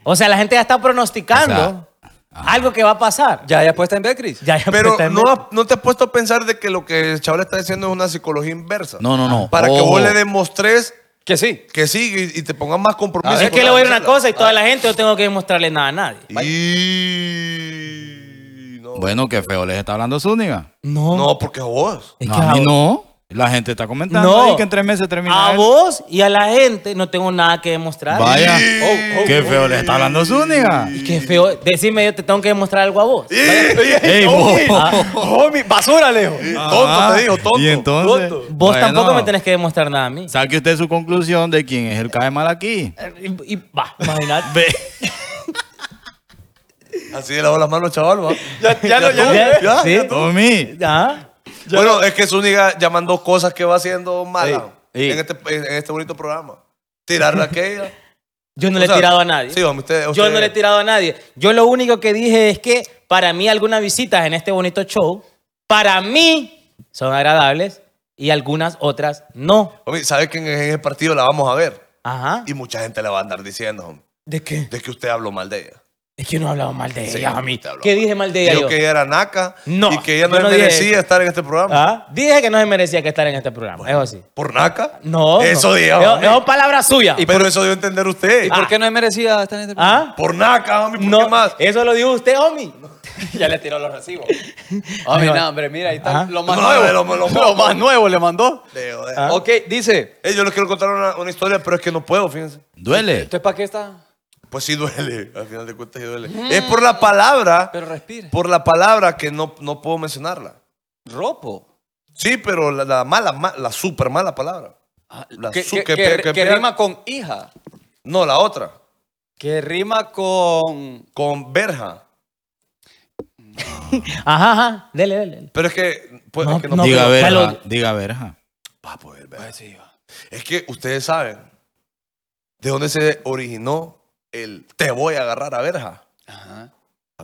[SPEAKER 3] O sea, la gente ya está pronosticando ah. algo que va a pasar.
[SPEAKER 2] Ya, ya puesta en Becris.
[SPEAKER 3] Ya, ya
[SPEAKER 5] Pero
[SPEAKER 3] pretende-
[SPEAKER 5] no, ha- no te has puesto a pensar de que lo que el chaval está diciendo es una psicología inversa.
[SPEAKER 1] No, no, no. Oh.
[SPEAKER 5] Para que
[SPEAKER 1] Ojo.
[SPEAKER 5] vos le demostres
[SPEAKER 2] Que sí.
[SPEAKER 5] que sí y, y te pongas más compromiso.
[SPEAKER 3] Ah, Es
[SPEAKER 1] Ah,
[SPEAKER 5] con
[SPEAKER 3] que
[SPEAKER 5] la
[SPEAKER 3] le voy a decir una
[SPEAKER 5] chela.
[SPEAKER 3] cosa y toda la gente no tengo que mostrarle nada a nadie.
[SPEAKER 5] Y... No.
[SPEAKER 1] Bueno, qué feo les está hablando Zúñiga.
[SPEAKER 3] No.
[SPEAKER 5] no, porque a vos.
[SPEAKER 3] Es
[SPEAKER 1] No,
[SPEAKER 3] que
[SPEAKER 1] a mí
[SPEAKER 3] vos-
[SPEAKER 1] no. La gente está comentando
[SPEAKER 3] No.
[SPEAKER 1] ahí que en tres meses termina.
[SPEAKER 3] A
[SPEAKER 1] él.
[SPEAKER 3] vos y a la gente no tengo nada que demostrar.
[SPEAKER 1] Vaya.
[SPEAKER 2] Oh, oh,
[SPEAKER 1] qué feo les está hablando Zúñiga.
[SPEAKER 3] Y Qué feo. Decime, yo te tengo que demostrar algo a vos.
[SPEAKER 1] Ey, vos.
[SPEAKER 3] Ah.
[SPEAKER 2] Homie, basura, Leo.
[SPEAKER 5] Tonto te digo, tonto.
[SPEAKER 1] Ah, Y entonces.
[SPEAKER 2] Tonto.
[SPEAKER 3] Vos
[SPEAKER 1] Bueno,
[SPEAKER 3] tampoco me tenés que demostrar nada a mí.
[SPEAKER 1] Saque usted su conclusión de quién es el cae mal aquí.
[SPEAKER 3] Y, y- bah, imagínate.
[SPEAKER 1] Ve.
[SPEAKER 5] Así de lavó las manos, chaval. va.
[SPEAKER 2] Ya, ya, no, ya.
[SPEAKER 3] ¿Ya?
[SPEAKER 5] ya,
[SPEAKER 3] ¿Sí?
[SPEAKER 1] Tommy.
[SPEAKER 3] Ah.
[SPEAKER 5] Bueno, es que Zúñiga ya mandó cosas que va haciendo mala
[SPEAKER 2] Ey, ey.
[SPEAKER 5] En, este, en en este bonito programa. Tirarle a aquella.
[SPEAKER 3] Yo no
[SPEAKER 5] O
[SPEAKER 3] le he
[SPEAKER 5] sea,
[SPEAKER 3] tirado a nadie.
[SPEAKER 5] sí, hombre, usted-
[SPEAKER 3] Yo
[SPEAKER 5] usted-
[SPEAKER 3] no le he tirado a nadie. Yo lo único que dije es que para mí algunas visitas en este bonito show, para mí son agradables y algunas otras no.
[SPEAKER 5] Hombre, ¿sabe que en, en ese partido la vamos a ver?
[SPEAKER 3] Ajá.
[SPEAKER 5] Y mucha gente le va a andar diciendo, hombre,
[SPEAKER 3] ¿De qué?
[SPEAKER 5] de que usted habló mal de ella.
[SPEAKER 3] Es que yo no he hablado mal de
[SPEAKER 5] Sí,
[SPEAKER 3] ella, a mí.
[SPEAKER 5] te hablo
[SPEAKER 3] ¿Qué
[SPEAKER 5] mal.
[SPEAKER 3] dije mal de ella
[SPEAKER 5] Dijo
[SPEAKER 3] yo?
[SPEAKER 5] que ella era naca
[SPEAKER 3] No,
[SPEAKER 5] y que ella no,
[SPEAKER 3] yo no dije
[SPEAKER 5] merecía
[SPEAKER 3] eso.
[SPEAKER 5] estar en este programa.
[SPEAKER 3] Ah, Dije que no se merecía que estar en este programa, eso sí.
[SPEAKER 5] ¿Por naca?
[SPEAKER 3] No.
[SPEAKER 5] Eso
[SPEAKER 3] no.
[SPEAKER 5] dijo.
[SPEAKER 3] Eso-
[SPEAKER 5] hombre.
[SPEAKER 3] eso es palabra suya.
[SPEAKER 5] Pero eso dio a entender usted.
[SPEAKER 2] ¿Y por qué no es merecida estar en este programa?
[SPEAKER 3] ¿Ah?
[SPEAKER 5] Por naca, hombre, ¿por
[SPEAKER 3] No,
[SPEAKER 5] qué más?
[SPEAKER 3] eso lo dijo usted, homie.
[SPEAKER 2] Ya le tiró los recibos. Homie,
[SPEAKER 3] Ahí va.
[SPEAKER 2] no, hombre, mira, ahí está.
[SPEAKER 3] Ajá.
[SPEAKER 2] Lo más
[SPEAKER 5] No,
[SPEAKER 2] nuevo.
[SPEAKER 5] lo- lo-
[SPEAKER 2] Lo más nuevo le mandó.
[SPEAKER 5] Leo, eh.
[SPEAKER 2] Ok, dice.
[SPEAKER 5] Eh, yo les quiero contar una, una historia, pero es que no puedo, fíjense.
[SPEAKER 1] Duele.
[SPEAKER 2] ¿Usted para qué está?
[SPEAKER 5] Pues sí duele, al final de cuentas sí duele. Es por la palabra,
[SPEAKER 2] Pero respire.
[SPEAKER 5] por la palabra que no, no puedo mencionarla.
[SPEAKER 2] Ropo.
[SPEAKER 5] Sí, pero la, la mala, ma- la super mala palabra. La
[SPEAKER 2] Que,
[SPEAKER 5] su-
[SPEAKER 2] que-
[SPEAKER 5] que
[SPEAKER 2] que-
[SPEAKER 5] pe- que
[SPEAKER 2] que
[SPEAKER 5] pe-
[SPEAKER 2] rima con hija.
[SPEAKER 5] No, la otra.
[SPEAKER 2] Que rima con.
[SPEAKER 5] Con verja.
[SPEAKER 3] Ajá, ajá. Dele, dele. dele.
[SPEAKER 5] Pero es que, pues,
[SPEAKER 3] No,
[SPEAKER 5] es que no,
[SPEAKER 3] no,
[SPEAKER 5] puedo.
[SPEAKER 1] diga
[SPEAKER 3] pero-
[SPEAKER 1] verja.
[SPEAKER 3] pero-
[SPEAKER 1] Diga verja.
[SPEAKER 5] Va a poder ver.
[SPEAKER 2] Pues sí, va.
[SPEAKER 5] Es que ustedes saben de dónde se originó el te voy a agarrar a verja.
[SPEAKER 2] Ajá.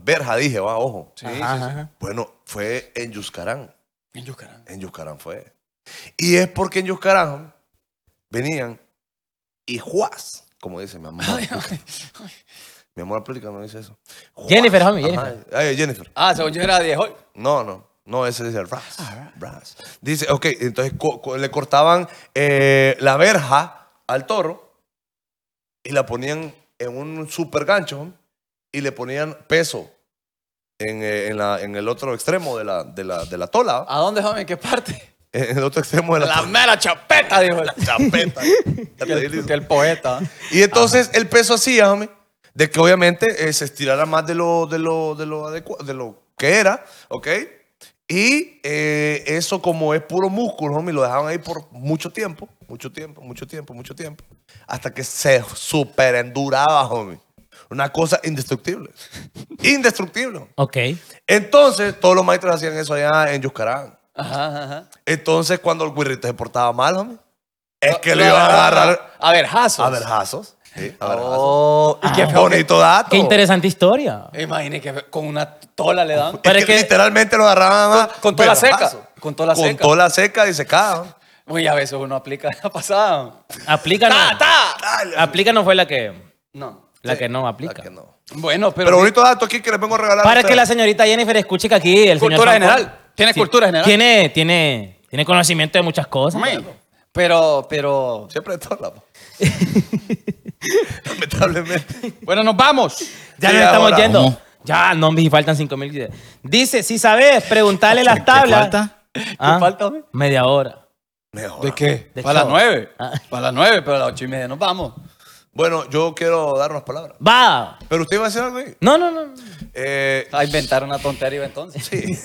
[SPEAKER 5] Verja, dije, va, ojo.
[SPEAKER 2] Sí,
[SPEAKER 3] Ajá,
[SPEAKER 2] sí, sí.
[SPEAKER 3] ajá.
[SPEAKER 5] Bueno, fue en Yuscarán.
[SPEAKER 2] En Yucarán.
[SPEAKER 5] En Yuscarán fue. Y es porque en Yuscarán venían y Juaz, como dice mi amor. mi amor aplica, no dice eso. Juaz.
[SPEAKER 3] Jennifer, homie,
[SPEAKER 5] Ajá. Ay, Jennifer.
[SPEAKER 2] Ah, según yo era 10 hoy.
[SPEAKER 5] No, no. No, ese dice el ras. ras. Dice, ok, entonces co- co- le cortaban eh, la verja al toro y la ponían en un super gancho y le ponían peso en, eh, en la- en el otro extremo de la, de la, de la tola.
[SPEAKER 2] ¿A dónde, joven? ¿En qué parte?
[SPEAKER 5] En el otro extremo de la,
[SPEAKER 2] Ah. La
[SPEAKER 5] tola.
[SPEAKER 2] mera chapeta, dijo. él.
[SPEAKER 5] Chapeta.
[SPEAKER 2] Que el, que el poeta.
[SPEAKER 5] y entonces el peso hacía, homie, de que obviamente eh, se estirara más de lo, de lo, de lo adecua- de lo que era, ¿ok? Y eh, eso como es puro músculo, homie, lo dejaban ahí por mucho tiempo, mucho tiempo, mucho tiempo, mucho tiempo, hasta que se superenduraba, homie. Una cosa indestructible. indestructible. homie.
[SPEAKER 3] Ok.
[SPEAKER 5] Entonces, todos los maestros hacían eso allá en Yuscarán.
[SPEAKER 2] Ajá, ajá.
[SPEAKER 5] Entonces, cuando el guirrito se portaba mal, homie, es que
[SPEAKER 2] Lo-
[SPEAKER 5] le
[SPEAKER 2] lo
[SPEAKER 5] iban a
[SPEAKER 2] agarraban
[SPEAKER 5] agarrar
[SPEAKER 2] A ver, Jasos.
[SPEAKER 5] a verjazos. Sí, a verjazos.
[SPEAKER 2] Oh, y qué
[SPEAKER 5] qué
[SPEAKER 2] feo.
[SPEAKER 5] Ah, bonito dato.
[SPEAKER 3] Qué interesante historia.
[SPEAKER 2] que- Imagine que con una tola le dan.
[SPEAKER 5] Es
[SPEAKER 3] Pero
[SPEAKER 5] que,
[SPEAKER 3] es que-
[SPEAKER 5] literalmente lo agarraban a
[SPEAKER 2] Con- con toda la
[SPEAKER 5] verjazos.
[SPEAKER 2] seca, con toda la seca.
[SPEAKER 5] Con toda la seca y secada.
[SPEAKER 2] Uy, a veces uno aplica la pasada.
[SPEAKER 3] Aplícanos.
[SPEAKER 2] ¡Ta, ta!
[SPEAKER 3] Aplícanos fue la que,
[SPEAKER 2] No.
[SPEAKER 3] la que no aplica.
[SPEAKER 5] Que no.
[SPEAKER 2] Bueno, pero.
[SPEAKER 5] Pero bonito dato aquí que les vengo a regalar. a
[SPEAKER 3] Para
[SPEAKER 5] ustedes.
[SPEAKER 3] que la señorita Jennifer escuche que aquí el
[SPEAKER 2] Cultura
[SPEAKER 3] señor Franco-
[SPEAKER 2] general. Tiene cultura general.
[SPEAKER 3] Tiene, tiene, tiene conocimiento de muchas cosas.
[SPEAKER 2] Man, Pero, pero.
[SPEAKER 5] Siempre es tola. po. Lamentablemente.
[SPEAKER 2] Bueno, nos vamos.
[SPEAKER 3] Ya
[SPEAKER 5] Sí,
[SPEAKER 3] nos estamos
[SPEAKER 5] ahora.
[SPEAKER 3] yendo.
[SPEAKER 1] ¿Cómo?
[SPEAKER 3] Ya, no, y faltan 5 mil. Dice, si sabes, preguntarle las tablas.
[SPEAKER 1] falta?
[SPEAKER 3] Ah,
[SPEAKER 2] falta, hombre?
[SPEAKER 3] Media hora.
[SPEAKER 5] Mejor.
[SPEAKER 2] ¿De qué?
[SPEAKER 3] De
[SPEAKER 2] Para las
[SPEAKER 3] chavo.
[SPEAKER 2] nueve.
[SPEAKER 3] Ah.
[SPEAKER 2] Para las nueve, pero a las ocho y media nos vamos.
[SPEAKER 5] Bueno, yo quiero dar unas palabras.
[SPEAKER 3] Va.
[SPEAKER 5] Pero usted iba a decir algo ahí.
[SPEAKER 3] No, no, no.
[SPEAKER 5] Eh,
[SPEAKER 2] A Ah, inventar una tontería entonces. Sí.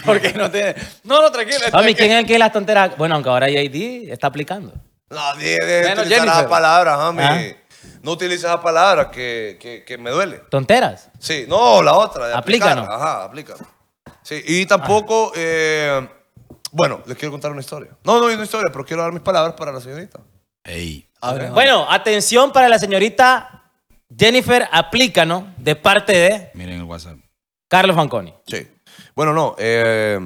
[SPEAKER 2] Porque no tiene. No, no, tranquilo. esto
[SPEAKER 3] A mí,
[SPEAKER 2] es que-
[SPEAKER 3] ¿quién es el que las tonteras? Bueno, aunque ahora JD está aplicando.
[SPEAKER 5] no, de, de
[SPEAKER 2] Menos
[SPEAKER 5] utilizar
[SPEAKER 2] Jennifer.
[SPEAKER 5] las palabras, homie.
[SPEAKER 3] Ah.
[SPEAKER 5] No utilice esas palabras que, que, que me duele.
[SPEAKER 3] ¿Tonteras?
[SPEAKER 5] Sí, no, la otra. de
[SPEAKER 3] Aplícanos.
[SPEAKER 5] aplicar. Ajá, aplícanos. Sí, y tampoco, eh, bueno, les quiero contar una historia. No, no es una historia, pero quiero dar mis palabras para la señorita.
[SPEAKER 1] Ey.
[SPEAKER 2] Abre, hombre.
[SPEAKER 3] Bueno, atención para la señorita Jennifer Aplícanos de parte de
[SPEAKER 1] Miren el WhatsApp.
[SPEAKER 3] Carlos Fanconi.
[SPEAKER 5] Sí. Bueno, no, eh,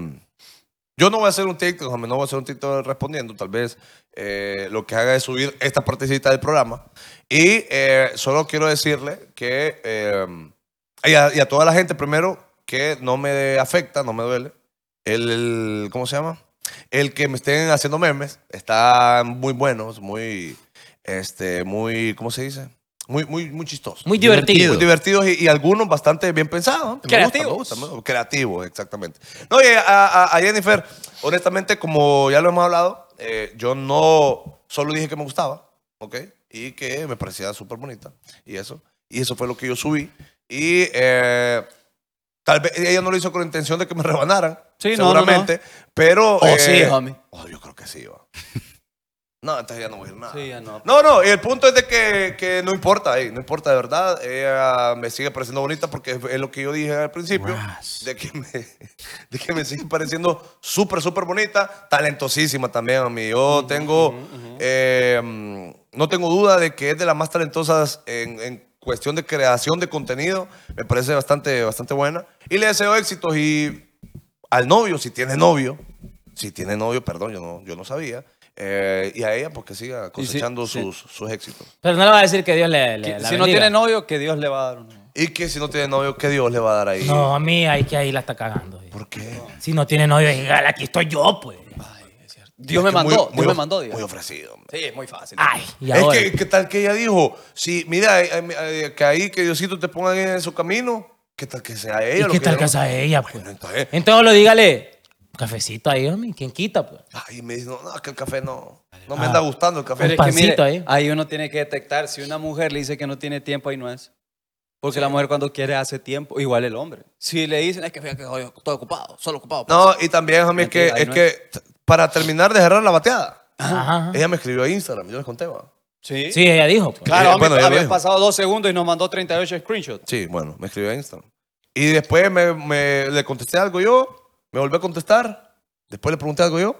[SPEAKER 5] yo no voy a hacer un TikTok, hombre, no voy a hacer un TikTok respondiendo, tal vez eh, lo que haga es subir esta partecita del programa. Y eh, solo quiero decirle que, eh, y, a, y a toda la gente primero, que no me afecta, no me duele. El, el- ¿cómo se llama? El que me estén haciendo memes, están muy buenos, muy, este, muy, ¿cómo se dice? Muy, muy, muy chistosos.
[SPEAKER 3] Muy divertido.
[SPEAKER 5] Muy divertidos y, y algunos bastante bien pensados. Me
[SPEAKER 2] Creativos.
[SPEAKER 5] gusta, me gusta, me gusta. Creativos, exactamente. No, y a, a- a Jennifer, honestamente, como ya lo hemos hablado, eh, yo no solo dije que me gustaba, ¿ok? Y que me parecía súper bonita y eso. Y eso fue lo que yo subí. Y eh, tal vez ella no lo hizo con la intención de que me rebanaran,
[SPEAKER 2] Sí, no, no, no.
[SPEAKER 5] seguramente. Pero...
[SPEAKER 2] Oh, sí, homie.
[SPEAKER 5] oh, yo creo que sí, va. No, entonces ya no voy a ir nada.
[SPEAKER 2] Sí, ya no.
[SPEAKER 5] No, no, el punto es de que, que no importa, eh, no importa de verdad. Ella me sigue pareciendo bonita porque es, es lo que yo dije al principio, de que me, de que me sigue pareciendo súper, súper bonita, talentosísima también a mí. Yo tengo, eh, mm, no tengo duda de que es de las más talentosas en, en cuestión de creación de contenido. Me parece bastante, bastante buena. Y le deseo éxitos y al novio, si tiene novio, si tiene novio, perdón, yo no, yo no sabía, eh, y a ella, pues que siga cosechando
[SPEAKER 2] sí.
[SPEAKER 5] sus, sus éxitos.
[SPEAKER 3] Pero no le va a decir que Dios le, le
[SPEAKER 2] Que-
[SPEAKER 3] la
[SPEAKER 2] si no
[SPEAKER 3] bendiga.
[SPEAKER 2] tiene novio, que Dios le va a dar uno.
[SPEAKER 5] Y que si no tiene novio, ¿qué Dios le va a dar ahí?
[SPEAKER 3] No, a mí hay que ahí la está cagando.
[SPEAKER 5] ¿Por qué?
[SPEAKER 3] Si no tiene novio, dígale, aquí estoy yo, pues.
[SPEAKER 2] Dios me
[SPEAKER 5] Es que muy-
[SPEAKER 2] mandó,
[SPEAKER 5] muy
[SPEAKER 2] Dios me
[SPEAKER 5] of-
[SPEAKER 2] mandó, Dios.
[SPEAKER 5] Muy ofrecido. hombre.
[SPEAKER 2] Sí, es muy fácil.
[SPEAKER 3] Ay, y
[SPEAKER 5] Es
[SPEAKER 3] ahora.
[SPEAKER 5] que, ¿qué tal que ella dijo? Si, mira, eh, eh, eh, que ahí, que Diosito te ponga en su camino, ¿qué tal que sea
[SPEAKER 3] ¿Y
[SPEAKER 5] ella? lo
[SPEAKER 3] qué tal
[SPEAKER 5] ella-
[SPEAKER 3] casa ella, pues?
[SPEAKER 5] Bueno, entonces,
[SPEAKER 3] Entonces lo dígale, cafecito ahí, homie, ¿quién quita, pues?
[SPEAKER 5] ay, me dice, no, no, que el café no, no me anda gustando el
[SPEAKER 2] Pero
[SPEAKER 5] café.
[SPEAKER 2] es que mire,
[SPEAKER 3] pancito ahí.
[SPEAKER 2] ahí uno tiene que detectar si una mujer le dice que no tiene tiempo, ahí no es. Porque la mujer cuando quiere hace tiempo, igual el hombre. Si le dicen, es que fíjate que estoy estoy ocupado, solo ocupado. pues".
[SPEAKER 5] No, y también, homie, es que,
[SPEAKER 2] Ahí
[SPEAKER 5] es
[SPEAKER 2] no
[SPEAKER 5] que t- para terminar de cerrar la bateada,
[SPEAKER 3] Ajá. ajá.
[SPEAKER 5] ella me escribió a Instagram, yo les conté, va.
[SPEAKER 2] Sí.
[SPEAKER 3] Sí, ella dijo, pues.
[SPEAKER 2] Claro,
[SPEAKER 5] Eh,
[SPEAKER 2] hombre,
[SPEAKER 5] bueno, ya lo
[SPEAKER 2] habían
[SPEAKER 5] dijo.
[SPEAKER 2] pasado dos segundos y nos mandó 38 screenshots.
[SPEAKER 5] Sí, bueno, me escribió a Instagram. Y después me, me- le contesté algo yo, me volvió a contestar, después le pregunté algo yo,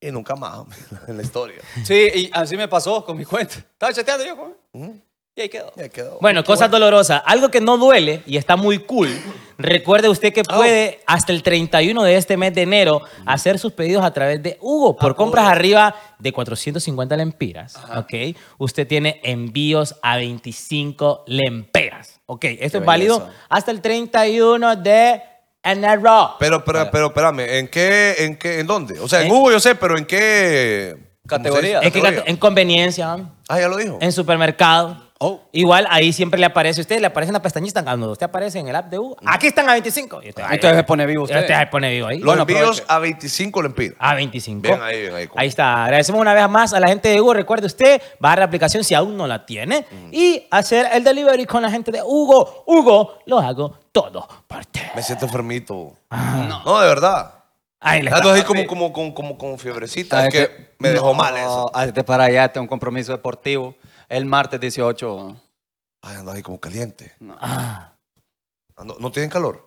[SPEAKER 5] y nunca más hombre, en la historia.
[SPEAKER 2] Sí, y así me pasó con mi cuenta. Estaba chateando yo, joven. Y ahí quedó.
[SPEAKER 5] Ya quedó.
[SPEAKER 3] Bueno, cosas dolorosas. Algo que no duele y está muy cool. Recuerde usted que puede hasta el 31 de este mes de enero hacer sus pedidos a través de Hugo por compras arriba de 450 lempiras. ¿ok? Usted tiene envíos a 25 lempiras. ¿ok? Esto es válido
[SPEAKER 2] belleza.
[SPEAKER 3] hasta el 31 de enero.
[SPEAKER 5] Pero, pero, pero, espérame, ¿en qué, en qué, en dónde? O sea, en
[SPEAKER 3] En-
[SPEAKER 5] Hugo yo sé, pero ¿en qué
[SPEAKER 2] Categoría.
[SPEAKER 5] ¿cómo
[SPEAKER 3] Es
[SPEAKER 5] se
[SPEAKER 3] que
[SPEAKER 5] dice?
[SPEAKER 3] en conveniencia,
[SPEAKER 5] Ah, ya lo dijo.
[SPEAKER 3] en supermercado.
[SPEAKER 2] Oh.
[SPEAKER 3] Igual ahí siempre le aparece a usted, le aparece una pestañita cuando usted aparece en el app de Hugo. Aquí están a 25. Y usted-
[SPEAKER 2] Entonces se pone vivo Mm. usted.
[SPEAKER 3] Usted se pone vivo ahí.
[SPEAKER 5] Los
[SPEAKER 2] Bueno,
[SPEAKER 5] envíos
[SPEAKER 2] aproveche.
[SPEAKER 5] a 25 lempiras.
[SPEAKER 3] A 25.
[SPEAKER 5] Ven ahí, ven ahí, compa.
[SPEAKER 3] Ah, Ahí está. Agradecemos una vez más a la gente de Hugo. Recuerde usted bajar la aplicación si aún no la tiene
[SPEAKER 2] Mm.
[SPEAKER 3] y hacer el delivery con la gente de Hugo. Hugo, lo hago todo por ti.
[SPEAKER 5] Me siento enfermito. No. de verdad.
[SPEAKER 3] Ah. Ahí le
[SPEAKER 5] Ando
[SPEAKER 3] está.
[SPEAKER 5] ahí como, como, como, como con fiebrecita. Es que, me dejó mal eso.
[SPEAKER 2] ah, este para allá, tengo un compromiso deportivo. El martes 18.
[SPEAKER 5] Ay, ando ahí como caliente.
[SPEAKER 2] No.
[SPEAKER 5] Ando- ¿No tienen calor?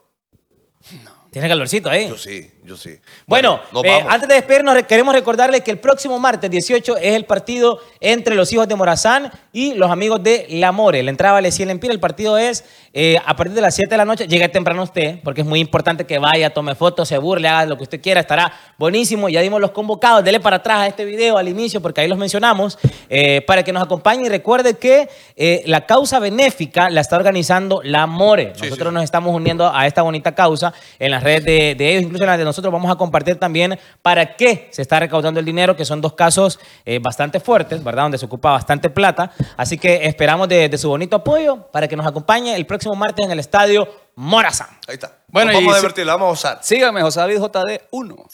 [SPEAKER 3] Tiene calorcito ahí.
[SPEAKER 5] Yo sí, yo sí.
[SPEAKER 3] Bueno,
[SPEAKER 5] nos
[SPEAKER 3] eh,
[SPEAKER 5] vamos.
[SPEAKER 3] antes de despedirnos, re- queremos recordarles que el próximo martes 18 es el partido entre los hijos de Morazán y los amigos de La More. La entrada vale 100 lempiras. El partido es eh, a partir de las 7 de la noche. Llegue temprano usted, porque es muy importante que vaya, tome fotos, se burle, haga lo que usted quiera. Estará buenísimo. Ya dimos los convocados. Dele para atrás a este video al inicio, porque ahí los mencionamos, eh, para que nos acompañe. Y recuerde que eh, la causa benéfica la está organizando La More. Nosotros
[SPEAKER 5] sí, sí.
[SPEAKER 3] nos estamos uniendo a esta bonita causa en las redes de, de ellos, incluso en las de nosotros. Vamos a compartir también para qué se está recaudando el dinero, que son dos casos eh, bastante fuertes, ¿verdad? Donde se ocupa bastante plata. Así que esperamos de, de su bonito apoyo para que nos acompañe el próximo martes en el estadio Morazán.
[SPEAKER 5] Ahí está.
[SPEAKER 2] Bueno,
[SPEAKER 5] Nos vamos
[SPEAKER 2] y
[SPEAKER 5] a
[SPEAKER 2] si-
[SPEAKER 5] divertir, la vamos a usar.
[SPEAKER 2] Síganme, José David JD1.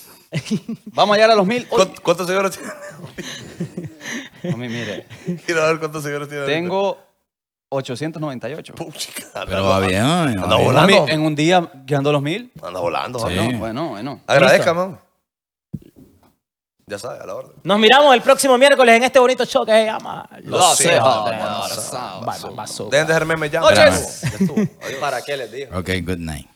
[SPEAKER 2] Vamos a llegar a los mil. Uy,
[SPEAKER 5] ¿Cuántos seguidores tiene?
[SPEAKER 2] mami, mire.
[SPEAKER 5] Quiero ver cuántos seguidores tiene. ahorita.
[SPEAKER 2] Tengo 898.
[SPEAKER 5] Puchica,
[SPEAKER 1] Pero va bien, va
[SPEAKER 5] Anda
[SPEAKER 1] bien.
[SPEAKER 2] Mami,
[SPEAKER 5] volando.
[SPEAKER 2] en un día llegando a los mil.
[SPEAKER 5] Anda volando.
[SPEAKER 1] Sí.
[SPEAKER 5] ¿no?
[SPEAKER 2] Bueno, bueno, bueno.
[SPEAKER 5] Agradezca, man. Ya sabes, a la orden.
[SPEAKER 3] Nos miramos el próximo miércoles en este bonito show que se llama
[SPEAKER 5] Los
[SPEAKER 3] Hijos
[SPEAKER 5] Hijos de
[SPEAKER 3] de
[SPEAKER 5] Morazán.
[SPEAKER 3] Morazán. Bueno, basura.
[SPEAKER 5] Dejen de hacerme me llama.
[SPEAKER 2] Noches.
[SPEAKER 5] Ya estuvo. Adiós.
[SPEAKER 2] ¿Para qué les digo?
[SPEAKER 1] Ok, good night.